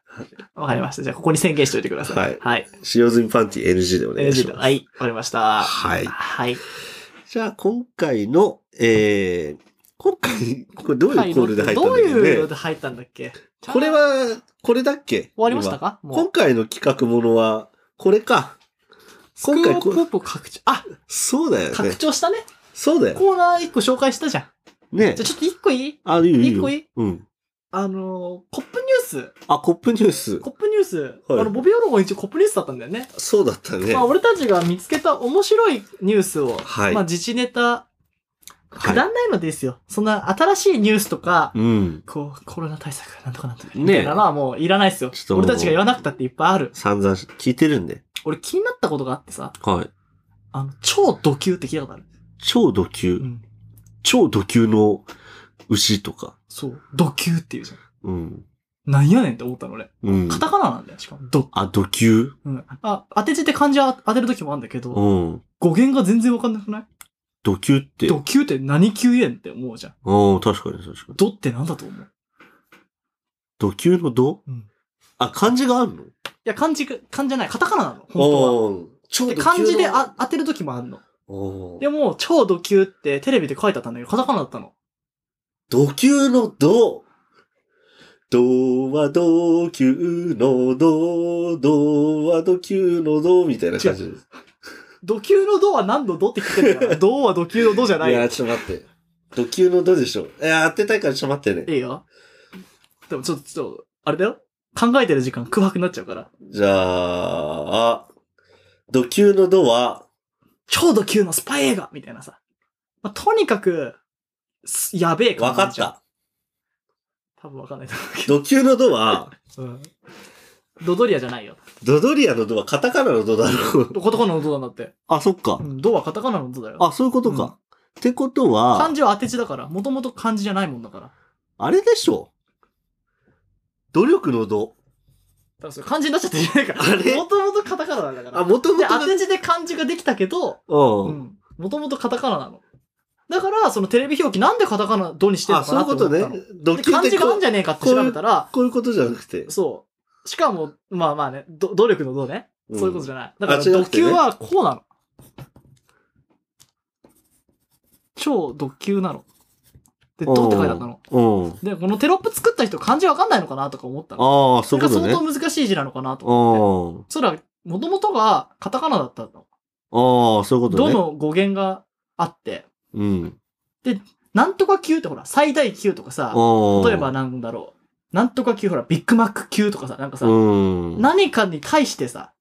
[SPEAKER 2] わかりました。じゃあ、ここに宣言しておいてください。
[SPEAKER 1] はい
[SPEAKER 2] はい。
[SPEAKER 1] 使用済みパンティ NG でお願いしま
[SPEAKER 2] NG だ。
[SPEAKER 1] す。
[SPEAKER 2] はい。わかりました。
[SPEAKER 1] はい
[SPEAKER 2] はい。
[SPEAKER 1] じゃあ、今回の、えー、今回、これどういうコールで入ったんだ
[SPEAKER 2] どう
[SPEAKER 1] っけどね。
[SPEAKER 2] いうので入ったんだっけ
[SPEAKER 1] これ
[SPEAKER 2] 終
[SPEAKER 1] は、これだっけ終
[SPEAKER 2] わりましたかも
[SPEAKER 1] 今
[SPEAKER 2] う。
[SPEAKER 1] 回の企画ものは、これか。今回
[SPEAKER 2] スクールポップ拡張、あ、
[SPEAKER 1] そうだよね
[SPEAKER 2] 拡。張したね。
[SPEAKER 1] そうだよ。
[SPEAKER 2] コーナー1個紹介したじゃん。
[SPEAKER 1] ね
[SPEAKER 2] じゃあ、ちょっと1個いい
[SPEAKER 1] あ、いいよいい
[SPEAKER 2] 一
[SPEAKER 1] よ。
[SPEAKER 2] 個いい
[SPEAKER 1] うん。
[SPEAKER 2] あのー、コップニュース。
[SPEAKER 1] あ、コップニュース。
[SPEAKER 2] コップニュース。
[SPEAKER 1] はい
[SPEAKER 2] あの、ボビオロゴン一応コップニュースだったんだよね。
[SPEAKER 1] そうだったね。
[SPEAKER 2] まあ、
[SPEAKER 1] は
[SPEAKER 2] 俺たちが見つけた面白いニュースを、
[SPEAKER 1] はい
[SPEAKER 2] まあ、自治ネタ、く
[SPEAKER 1] い。
[SPEAKER 2] だんないのですよ。そんな新しいニュースとか、
[SPEAKER 1] うん。
[SPEAKER 2] こう、コロナ対策、なんとかなんとか。
[SPEAKER 1] ねえ
[SPEAKER 2] みたいなのはもういらないっすよ
[SPEAKER 1] ちょっ。ともう
[SPEAKER 2] 俺たちが言わなくたっていっぱいある。
[SPEAKER 1] 散々聞いてるんで。
[SPEAKER 2] 俺気になったことがあってさ、
[SPEAKER 1] はい。
[SPEAKER 2] あの、超ド級って聞いたことある。
[SPEAKER 1] 超ド級
[SPEAKER 2] う。ん。
[SPEAKER 1] 超ド級の牛とか。
[SPEAKER 2] そう。ド級っていうじゃん。
[SPEAKER 1] うん。
[SPEAKER 2] なんやねんって思ったの俺。
[SPEAKER 1] うん。
[SPEAKER 2] カタカナなんだよ、しかも。ド。
[SPEAKER 1] あ、ド級
[SPEAKER 2] うん。あ、当て字って漢字は当てるときもあるんだけど、
[SPEAKER 1] うん。
[SPEAKER 2] 語源が全然わかんなくない
[SPEAKER 1] ド級って。
[SPEAKER 2] ド級って何級やねんって思うじゃん。
[SPEAKER 1] うん、確かに確かに。
[SPEAKER 2] ドってなんだと思う
[SPEAKER 1] ド級のド
[SPEAKER 2] うん
[SPEAKER 1] あ、漢字があるの
[SPEAKER 2] いや、漢字、漢字じゃない。カタカナなの。本当は。
[SPEAKER 1] うん。超ド
[SPEAKER 2] で
[SPEAKER 1] 級の。
[SPEAKER 2] 漢字であ当てるときもあるの。
[SPEAKER 1] うん、
[SPEAKER 2] でも、超ド級ってテレビで書いてあったんだけど、カタカナだったの。
[SPEAKER 1] ド級のド。ドはド級のド。ドはド級のドみたいな感じです。
[SPEAKER 2] ド級のドは何度ドって聞いて るから、ドはド級のドじゃ
[SPEAKER 1] い
[SPEAKER 2] ない
[SPEAKER 1] や
[SPEAKER 2] よ
[SPEAKER 1] ー、。ちょっと待って。ド級のドでしょ。いやー、当てたいからちょっと待ってね。
[SPEAKER 2] いいよ。でもちょっと、ちょっと、あれだよ。考えてる時間空白になっちゃうから。
[SPEAKER 1] じゃあ、ド級のドは、
[SPEAKER 2] 超ド級のスパイ映画みたいなさ。まあ、とにかく、すやべえ
[SPEAKER 1] わか
[SPEAKER 2] 感じ
[SPEAKER 1] っ
[SPEAKER 2] じゃん。
[SPEAKER 1] た。
[SPEAKER 2] 多分わかんないと思うけ
[SPEAKER 1] ド級のドは、
[SPEAKER 2] ど。うん。ドドリアじゃないよ。
[SPEAKER 1] ドドリアのドはカタカナのドだろう。
[SPEAKER 2] カタカナのドなんだって。
[SPEAKER 1] あ、そっか
[SPEAKER 2] う。ん、ドはカタカナのドだよ。
[SPEAKER 1] あ、そういうことか。ってことは
[SPEAKER 2] 漢、字は当て字だから。もともと漢字じゃないもんだから。だか
[SPEAKER 1] あれでしょ。努力のド。
[SPEAKER 2] らそれ漢字になっちゃってるじゃないから。
[SPEAKER 1] あれ
[SPEAKER 2] もともとカタカナなんだから。
[SPEAKER 1] あ、もとも
[SPEAKER 2] で、
[SPEAKER 1] と
[SPEAKER 2] 当
[SPEAKER 1] が。
[SPEAKER 2] て字で漢字ができたけど、
[SPEAKER 1] うん。
[SPEAKER 2] もともとカタカナなの。だから、そのテレビ表記なんでカタカナどにしてる
[SPEAKER 1] あ、
[SPEAKER 2] のか
[SPEAKER 1] そうい
[SPEAKER 2] な
[SPEAKER 1] うこ
[SPEAKER 2] って思
[SPEAKER 1] と
[SPEAKER 2] っ
[SPEAKER 1] ね
[SPEAKER 2] たの。。
[SPEAKER 1] ド
[SPEAKER 2] で
[SPEAKER 1] キュンっ
[SPEAKER 2] 漢
[SPEAKER 1] て
[SPEAKER 2] 字があ
[SPEAKER 1] こ
[SPEAKER 2] んじゃねえかって調べたら、
[SPEAKER 1] こういうことじゃなくて。
[SPEAKER 2] そう。しかも、まあまあね、ど努力のどね。
[SPEAKER 1] うん
[SPEAKER 2] そういうことじゃない。だから、
[SPEAKER 1] あ違う
[SPEAKER 2] ド
[SPEAKER 1] くてね
[SPEAKER 2] 級はこうなの。超ド級なの。で、
[SPEAKER 1] うん
[SPEAKER 2] ドって書いてあったの。
[SPEAKER 1] うん。
[SPEAKER 2] で、このテロップ作った人漢字わかんないのかなとか思ったの。
[SPEAKER 1] ああ、そ
[SPEAKER 2] そう
[SPEAKER 1] い
[SPEAKER 2] れ
[SPEAKER 1] うこ
[SPEAKER 2] が
[SPEAKER 1] と
[SPEAKER 2] 相
[SPEAKER 1] ね。
[SPEAKER 2] 当難しい字なのかなと
[SPEAKER 1] う
[SPEAKER 2] 思って。
[SPEAKER 1] ん。
[SPEAKER 2] そら、もともとがカタカナだったの。
[SPEAKER 1] ああ、そういうこと
[SPEAKER 2] ど
[SPEAKER 1] ね。
[SPEAKER 2] の語源があって、
[SPEAKER 1] うん。
[SPEAKER 2] なんとか級ってほら、最大級とかさ、
[SPEAKER 1] 例
[SPEAKER 2] 例えば、なんだろう。なんとか級、ほら、ビッグマック級とかさ、なんかさ、
[SPEAKER 1] うん。
[SPEAKER 2] 何かに対してさ、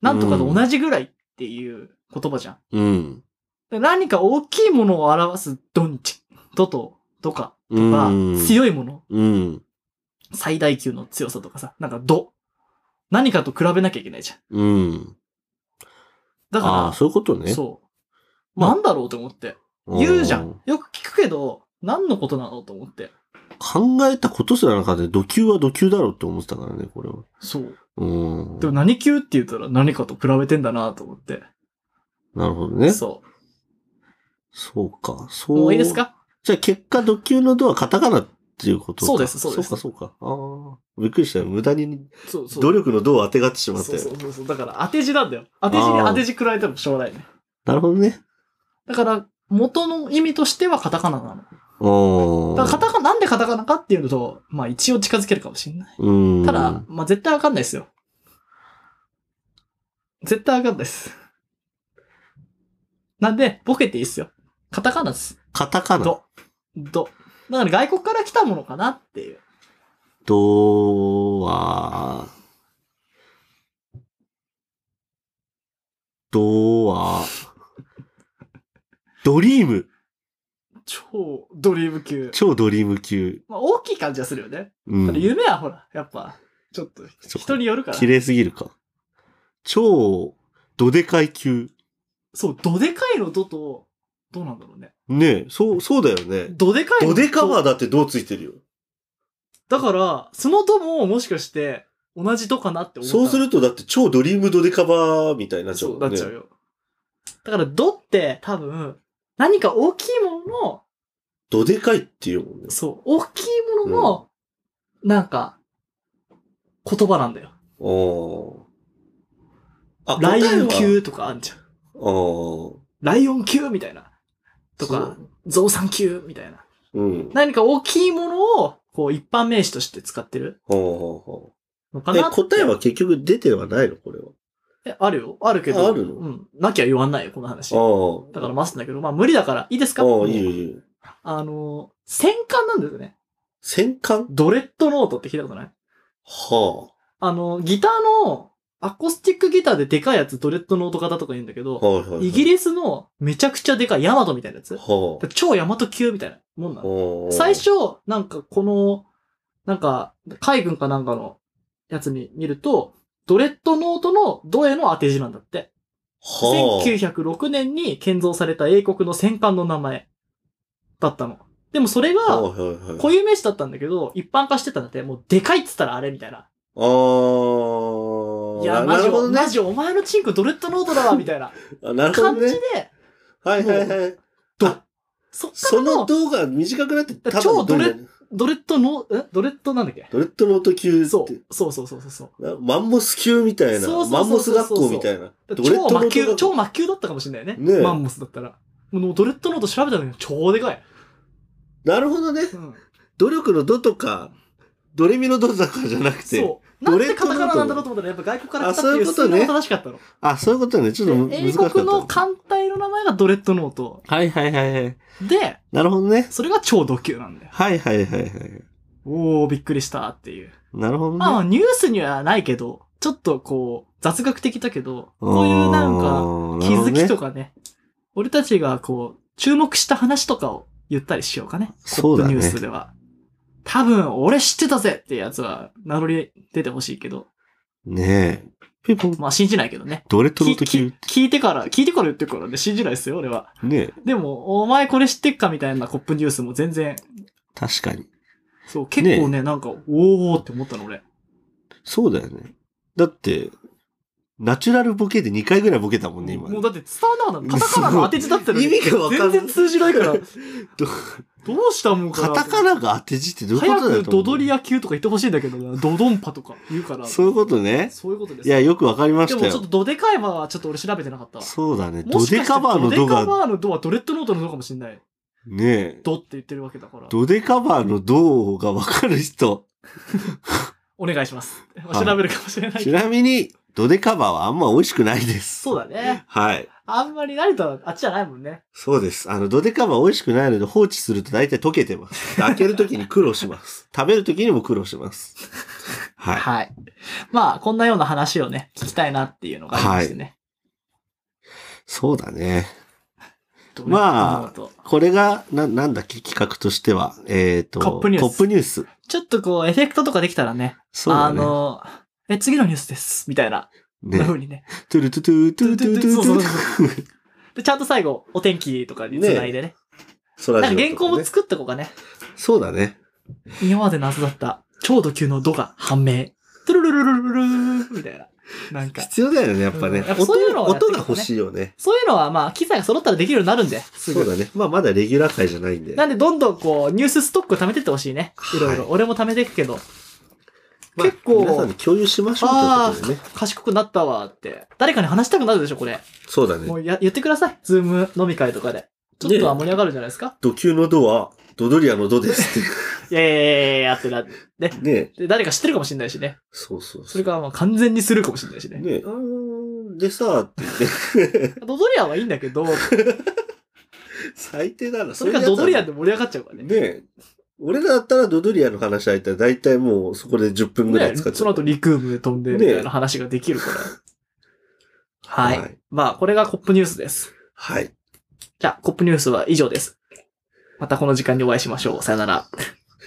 [SPEAKER 2] なんとかと同じぐらいっていう言葉じゃん。
[SPEAKER 1] うん。
[SPEAKER 2] で何か大きいものを表すドンチ、ドと、とか
[SPEAKER 1] うん。
[SPEAKER 2] は、強いもの、
[SPEAKER 1] うん。
[SPEAKER 2] 最大級の強さとかさ、なんかド。何かと比べなきゃいけないじゃん。
[SPEAKER 1] うん。
[SPEAKER 2] だ
[SPEAKER 1] ああ、
[SPEAKER 2] か
[SPEAKER 1] そういうこと
[SPEAKER 2] ら、
[SPEAKER 1] ね。
[SPEAKER 2] そう。
[SPEAKER 1] まあ
[SPEAKER 2] なんだろうと思って。言うじゃ。。
[SPEAKER 1] うん
[SPEAKER 2] よく聞くけど、何のことなのと思って。
[SPEAKER 1] 考えたことすらなかった。土球は土球だろうって思ってたからね、これは。
[SPEAKER 2] そう。
[SPEAKER 1] うん。
[SPEAKER 2] でも何級って言ったら何かと比べてんだなと思って。
[SPEAKER 1] なるほどね。
[SPEAKER 2] そ
[SPEAKER 1] そうか。
[SPEAKER 2] う。
[SPEAKER 1] そう。
[SPEAKER 2] もういいですか
[SPEAKER 1] じゃあ結果、土球のドはカタカナっていうことか
[SPEAKER 2] そうですそうです
[SPEAKER 1] そうか、そうか。ああ。びっくりしたよ。無駄に
[SPEAKER 2] そうそう。
[SPEAKER 1] 努力のドを当てがってしまった
[SPEAKER 2] そう
[SPEAKER 1] よ。
[SPEAKER 2] そうそうそう。だから当て字なんだよ。当て字に当て字食らえてもしょうがないね。
[SPEAKER 1] なるほどね。
[SPEAKER 2] だから、元の意味としてはカタカナなの。
[SPEAKER 1] お
[SPEAKER 2] だからカタカナ、なんでカタカナかっていうのと、まあ一応近づけるかもしれない。
[SPEAKER 1] うん。
[SPEAKER 2] ただ、まあ絶対わかんないですよ。絶対わかんないです。なんで、ボケていいっすよ。カタカナです。
[SPEAKER 1] カタカナ
[SPEAKER 2] ド。ド。だから外国から来たものかなっていう。
[SPEAKER 1] ドは、ドは、ドリーム。
[SPEAKER 2] 超ドリーム級。
[SPEAKER 1] 超ドリーム級。
[SPEAKER 2] まあ大きい感じはするよね。
[SPEAKER 1] う
[SPEAKER 2] ただ
[SPEAKER 1] ん。
[SPEAKER 2] 夢はほら、やっぱ、ちょっと、人によるから
[SPEAKER 1] 綺。麗すぎるか。超、どでかい級。
[SPEAKER 2] そう、どでかいのドと、どうなんだろうね。
[SPEAKER 1] ねえ、そう、そうだよね。
[SPEAKER 2] どでかいの
[SPEAKER 1] ど
[SPEAKER 2] ド
[SPEAKER 1] でかはだってどうついてるよ。
[SPEAKER 2] だから、そのドももしかして、同じドかなって思った
[SPEAKER 1] そうするとだって超ドリームドデカバーみたいになっちゃう
[SPEAKER 2] そ
[SPEAKER 1] もん
[SPEAKER 2] う、なっ
[SPEAKER 1] ね。
[SPEAKER 2] ちゃうよ。だから、ドって多分、何か大きいものの、
[SPEAKER 1] どでかいっていうもんね。
[SPEAKER 2] そう、大きいものの、なんか、言葉なんだよ。
[SPEAKER 1] おあー。あ、
[SPEAKER 2] ライオン
[SPEAKER 1] 答えは。
[SPEAKER 2] 級とかあんじゃん。
[SPEAKER 1] あ
[SPEAKER 2] ライオン級みたいな。とか、ゾウさん級みたいな。
[SPEAKER 1] あ。うん。
[SPEAKER 2] 何か大きいものを、こう、一般名詞として使ってる
[SPEAKER 1] ほうほうほ
[SPEAKER 2] のか
[SPEAKER 1] う。え、
[SPEAKER 2] なって
[SPEAKER 1] 答えは結局出てはないのこれは。
[SPEAKER 2] え、あるよ。あるけど。
[SPEAKER 1] ああるの
[SPEAKER 2] うん。なきゃ言わんないよ、この話。
[SPEAKER 1] あ
[SPEAKER 2] だから待つんだけど、まあ無理だから、いいですか
[SPEAKER 1] あ。ああ、いい
[SPEAKER 2] も
[SPEAKER 1] よ
[SPEAKER 2] う
[SPEAKER 1] いいよ。
[SPEAKER 2] あのー、戦艦なんですね。
[SPEAKER 1] 戦艦
[SPEAKER 2] ドレッドノートって聞いたことない
[SPEAKER 1] は
[SPEAKER 2] あのー、ギターの、アコースティックギターででかいやつ、ドレッドノート型とか言うんだけ
[SPEAKER 1] あ。
[SPEAKER 2] ど、
[SPEAKER 1] はいはいはい。
[SPEAKER 2] イギリスのめちゃくちゃでかいヤマトみたいなやつ。
[SPEAKER 1] はあ。
[SPEAKER 2] 超ヤマト級みたいなもんなの。
[SPEAKER 1] おー
[SPEAKER 2] 最初、なんかこの、なんか、海軍かなんかのやつに見ると、ドレッドノートのドへの当て字なんだって。
[SPEAKER 1] はあ
[SPEAKER 2] 1906年に建造された英国の戦艦の名前だったの。でもそれが、
[SPEAKER 1] はいはいはい
[SPEAKER 2] 固有名詞だったんだけど、一般化してたんだって、もうでかいっつったらあれみたいな。
[SPEAKER 1] ああ。
[SPEAKER 2] いや、
[SPEAKER 1] な
[SPEAKER 2] マ
[SPEAKER 1] な
[SPEAKER 2] ジ、
[SPEAKER 1] るほどね
[SPEAKER 2] マ。ジお前のチンクドレッドノートだわ、みたいな
[SPEAKER 1] あなるほど
[SPEAKER 2] 感じ
[SPEAKER 1] ね
[SPEAKER 2] で。、
[SPEAKER 1] はいはいはい。
[SPEAKER 2] そっか
[SPEAKER 1] そ
[SPEAKER 2] らの
[SPEAKER 1] の動画短くなって、ただの
[SPEAKER 2] 超ドレ
[SPEAKER 1] ドレ
[SPEAKER 2] ドレッドノー、んドレッドなんだっけ
[SPEAKER 1] ドレッドノート級って。
[SPEAKER 2] そう、そうそうそうそうそう。
[SPEAKER 1] なマンモス級みたいな。
[SPEAKER 2] そうそうそうそう
[SPEAKER 1] マンモス学校みたいな。ドレッ
[SPEAKER 2] 超
[SPEAKER 1] ドノ
[SPEAKER 2] 魔
[SPEAKER 1] ー
[SPEAKER 2] 球、
[SPEAKER 1] ト
[SPEAKER 2] 超
[SPEAKER 1] 学校
[SPEAKER 2] 魔球だったかもしれないよね。
[SPEAKER 1] ねえ
[SPEAKER 2] マンモスだったら。もうドレッドノート調べたのに超でかい。
[SPEAKER 1] なるほどね。
[SPEAKER 2] うん、
[SPEAKER 1] 努力のドとか、ドレミのドとかじゃなくて。
[SPEAKER 2] そう。なん
[SPEAKER 1] ドレ
[SPEAKER 2] で
[SPEAKER 1] ッ
[SPEAKER 2] カ
[SPEAKER 1] ドノ
[SPEAKER 2] タ
[SPEAKER 1] ート
[SPEAKER 2] カナなんだろうと思ったら、やっぱ外国から来たってい
[SPEAKER 1] あそういう
[SPEAKER 2] う
[SPEAKER 1] ことね
[SPEAKER 2] が正しかったの。
[SPEAKER 1] あ、そういうことね。ちょっとむ
[SPEAKER 2] で
[SPEAKER 1] 難
[SPEAKER 2] 英
[SPEAKER 1] しかった。
[SPEAKER 2] 国の艦隊の名前がドレッドノート。
[SPEAKER 1] はいはいはいはい。
[SPEAKER 2] で、
[SPEAKER 1] なるほどね。
[SPEAKER 2] それが超ド級なんだよ。
[SPEAKER 1] はいはいはいはい。
[SPEAKER 2] おー、びっくりしたっていう。
[SPEAKER 1] なるほどね。
[SPEAKER 2] まあ、ニュースにはないけど、ちょっとこう、雑学的だけど、こういうなんか、気づきと
[SPEAKER 1] か。
[SPEAKER 2] かね、俺たちがこう、注目した話とかを言ったりしようかね。
[SPEAKER 1] そうだね
[SPEAKER 2] ポップニュースでは。多分、俺知ってたぜってやつは、名乗り出てほしいけど、
[SPEAKER 1] ねえ。ピンポン。
[SPEAKER 2] まあ信じないけどね。
[SPEAKER 1] ドレッドノート
[SPEAKER 2] き
[SPEAKER 1] 級
[SPEAKER 2] き。聞いてから、聞いてから言ってるからね、信じないですよ、俺は。
[SPEAKER 1] ねえ。
[SPEAKER 2] でも、お前これ知ってっかみたいなコップニュースも全然、
[SPEAKER 1] 確かに。
[SPEAKER 2] そう、結構ね、なんか、おーって思ったの、俺。
[SPEAKER 1] そうだよね。だって、ナチュラルボケで2回ぐらいボケたもんね、今。
[SPEAKER 2] もうだって伝わんなかった。カタカナの当て字だったのに
[SPEAKER 1] 意味がわかんない
[SPEAKER 2] 全然通じないから、ど
[SPEAKER 1] ど
[SPEAKER 2] うしたもん か
[SPEAKER 1] カ
[SPEAKER 2] な。
[SPEAKER 1] タカナが当て字ってどういうこと
[SPEAKER 2] 早
[SPEAKER 1] だよ
[SPEAKER 2] く
[SPEAKER 1] と思
[SPEAKER 2] ド
[SPEAKER 1] う
[SPEAKER 2] ドリア級とか言ってほしいんだけどな、ドドンパとか言うから。
[SPEAKER 1] そういうことね。
[SPEAKER 2] そういうことです。
[SPEAKER 1] いや、よくわかりま
[SPEAKER 2] で
[SPEAKER 1] し
[SPEAKER 2] も
[SPEAKER 1] た
[SPEAKER 2] ちょ
[SPEAKER 1] よ
[SPEAKER 2] っと。ドデカイバーはちょっと俺調べてなかったわ。
[SPEAKER 1] そうだね。
[SPEAKER 2] も
[SPEAKER 1] ド
[SPEAKER 2] し
[SPEAKER 1] デ
[SPEAKER 2] かして
[SPEAKER 1] カバーのド
[SPEAKER 2] ドデカ
[SPEAKER 1] が、
[SPEAKER 2] バーのドはドレッドノートのドかもしんない。
[SPEAKER 1] ねえ。
[SPEAKER 2] ドって言ってるわけだから。
[SPEAKER 1] ドデカバーのドがわかる人。
[SPEAKER 2] お願いします。ま
[SPEAKER 1] は
[SPEAKER 2] あ
[SPEAKER 1] い
[SPEAKER 2] 調べるかもしれないけ
[SPEAKER 1] ち
[SPEAKER 2] ど。
[SPEAKER 1] なみに、ドデカバーはあんま美味しくないです。
[SPEAKER 2] そうだね。
[SPEAKER 1] はい。
[SPEAKER 2] あんまり慣れたらあっちじゃないもんね。
[SPEAKER 1] そうです。あの、ドデカバー美味しくないので放置すると大体溶けてます。開けるときに苦労します。食べるときにも苦労します。はい。
[SPEAKER 2] はい。まあ、こんなような話をね、聞きたいなっていうのがありましてね。
[SPEAKER 1] そうだね。
[SPEAKER 2] どうね
[SPEAKER 1] まあ
[SPEAKER 2] 思うと
[SPEAKER 1] これが、な、なんだっけ企画としては。えっ、と、
[SPEAKER 2] カップニュース
[SPEAKER 1] トップニュース。
[SPEAKER 2] ちょっとこう、エフェクトとかできたらね、
[SPEAKER 1] そうだ
[SPEAKER 2] あ
[SPEAKER 1] ね。
[SPEAKER 2] の、え、次のニュースです、みたいな、
[SPEAKER 1] ね
[SPEAKER 2] ふうにね。
[SPEAKER 1] トゥルトゥトゥトゥトゥトゥ
[SPEAKER 2] そ
[SPEAKER 1] ト
[SPEAKER 2] うそう
[SPEAKER 1] ゥ
[SPEAKER 2] そうそうで、ちゃんと最後、お天気とかに繋いでね。
[SPEAKER 1] そら
[SPEAKER 2] なん
[SPEAKER 1] ジローとかね
[SPEAKER 2] か原稿も作っとこうかね。
[SPEAKER 1] そうだね。
[SPEAKER 2] 今まで謎だった、超度級の度が判明。トゥルルルルルルルーみたいな。なんか、
[SPEAKER 1] 必要だよね、やっぱ
[SPEAKER 2] うん
[SPEAKER 1] ね
[SPEAKER 2] やっ。ぱ
[SPEAKER 1] 音
[SPEAKER 2] そういうのをやってい
[SPEAKER 1] 音
[SPEAKER 2] くと
[SPEAKER 1] が
[SPEAKER 2] ね
[SPEAKER 1] 欲しいよね。
[SPEAKER 2] そういうのはまあ、機材が揃ったらできるようになるんで、す
[SPEAKER 1] そう
[SPEAKER 2] ぐ。
[SPEAKER 1] だね。まあ、まだレギュラー界じゃないんで。
[SPEAKER 2] なんで、どんどんこう、ニュースストック貯めてってほしいね。いろいろ。
[SPEAKER 1] は
[SPEAKER 2] 俺も貯めていくけど、
[SPEAKER 1] まあ
[SPEAKER 2] 結構
[SPEAKER 1] 皆さんに共有しましょうということでね。
[SPEAKER 2] 賢くなったわって。誰かに話したくなるでしょ、これ。
[SPEAKER 1] そうだ
[SPEAKER 2] も
[SPEAKER 1] ね。
[SPEAKER 2] うや、言ってください。ズーム飲み会とかで。ちょっとは盛り上がるんじゃないですか
[SPEAKER 1] ド級のドは、ドドリアのドですっ
[SPEAKER 2] いやいやいやいやってなって。
[SPEAKER 1] て。ね
[SPEAKER 2] で誰か知ってるかもしれないしね。
[SPEAKER 1] そうそう
[SPEAKER 2] そ
[SPEAKER 1] そう
[SPEAKER 2] れからまあ完全にするかもしれないしね。
[SPEAKER 1] ねあーでさ、って
[SPEAKER 2] ドドリアンはいいんだけど、
[SPEAKER 1] 最低だな。
[SPEAKER 2] それがドドリアン
[SPEAKER 1] ン
[SPEAKER 2] で盛り上がっちゃうからね。
[SPEAKER 1] ねえ俺らだったらドドリアンの話入ったら大体もうそこで10分ぐらい
[SPEAKER 2] ね
[SPEAKER 1] 使っ
[SPEAKER 2] そ
[SPEAKER 1] ちゃ
[SPEAKER 2] の
[SPEAKER 1] う。
[SPEAKER 2] 後リクームで飛んで、みたいな話ができるから。はい、
[SPEAKER 1] はい。
[SPEAKER 2] まあ、これがコップニュースです。
[SPEAKER 1] はい。
[SPEAKER 2] じゃあ、コップニュースは以上です。またこの時間にお会いしましょう。さよなら。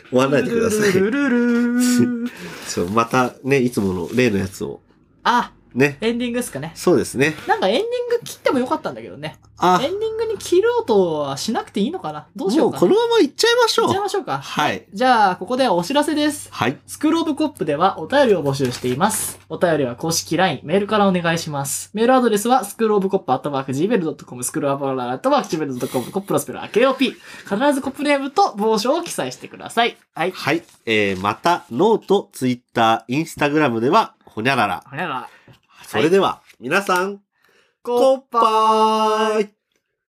[SPEAKER 1] 終わらないでください。
[SPEAKER 2] ルルルルル ル
[SPEAKER 1] そう、またね、いつもの例のやつを。
[SPEAKER 2] あ、
[SPEAKER 1] ね。
[SPEAKER 2] エンディングですかね。
[SPEAKER 1] そうですね。
[SPEAKER 2] なんかエンディング切ってもよかったんだけどね。
[SPEAKER 1] あ
[SPEAKER 2] エ、ンディングに切ろうとはしなくていいのかなどうしよ
[SPEAKER 1] も
[SPEAKER 2] う
[SPEAKER 1] う
[SPEAKER 2] かな。
[SPEAKER 1] このまま行っちゃいましょ。
[SPEAKER 2] 行っちゃいうましょうか。
[SPEAKER 1] はい。
[SPEAKER 2] じゃあ、ここでお知らせです。
[SPEAKER 1] はい。
[SPEAKER 2] スクールオブコップではお便りを募集しています。お便りは公式 LINE、メールからお願いします。メールアドレスは、スクールオブコップアットマーク Gmail.com、スクールオブコップアットマーク Gmail.com、コップロスペルは KOP。必ずコップネームと帽子を記載してください。はい。
[SPEAKER 1] はい。えー、また、ノート、ツイッター、インスタグラムでは、ほにゃらら。
[SPEAKER 2] ほにゃらら。
[SPEAKER 1] それでは、皆さん、
[SPEAKER 2] コ
[SPEAKER 1] こっぱーい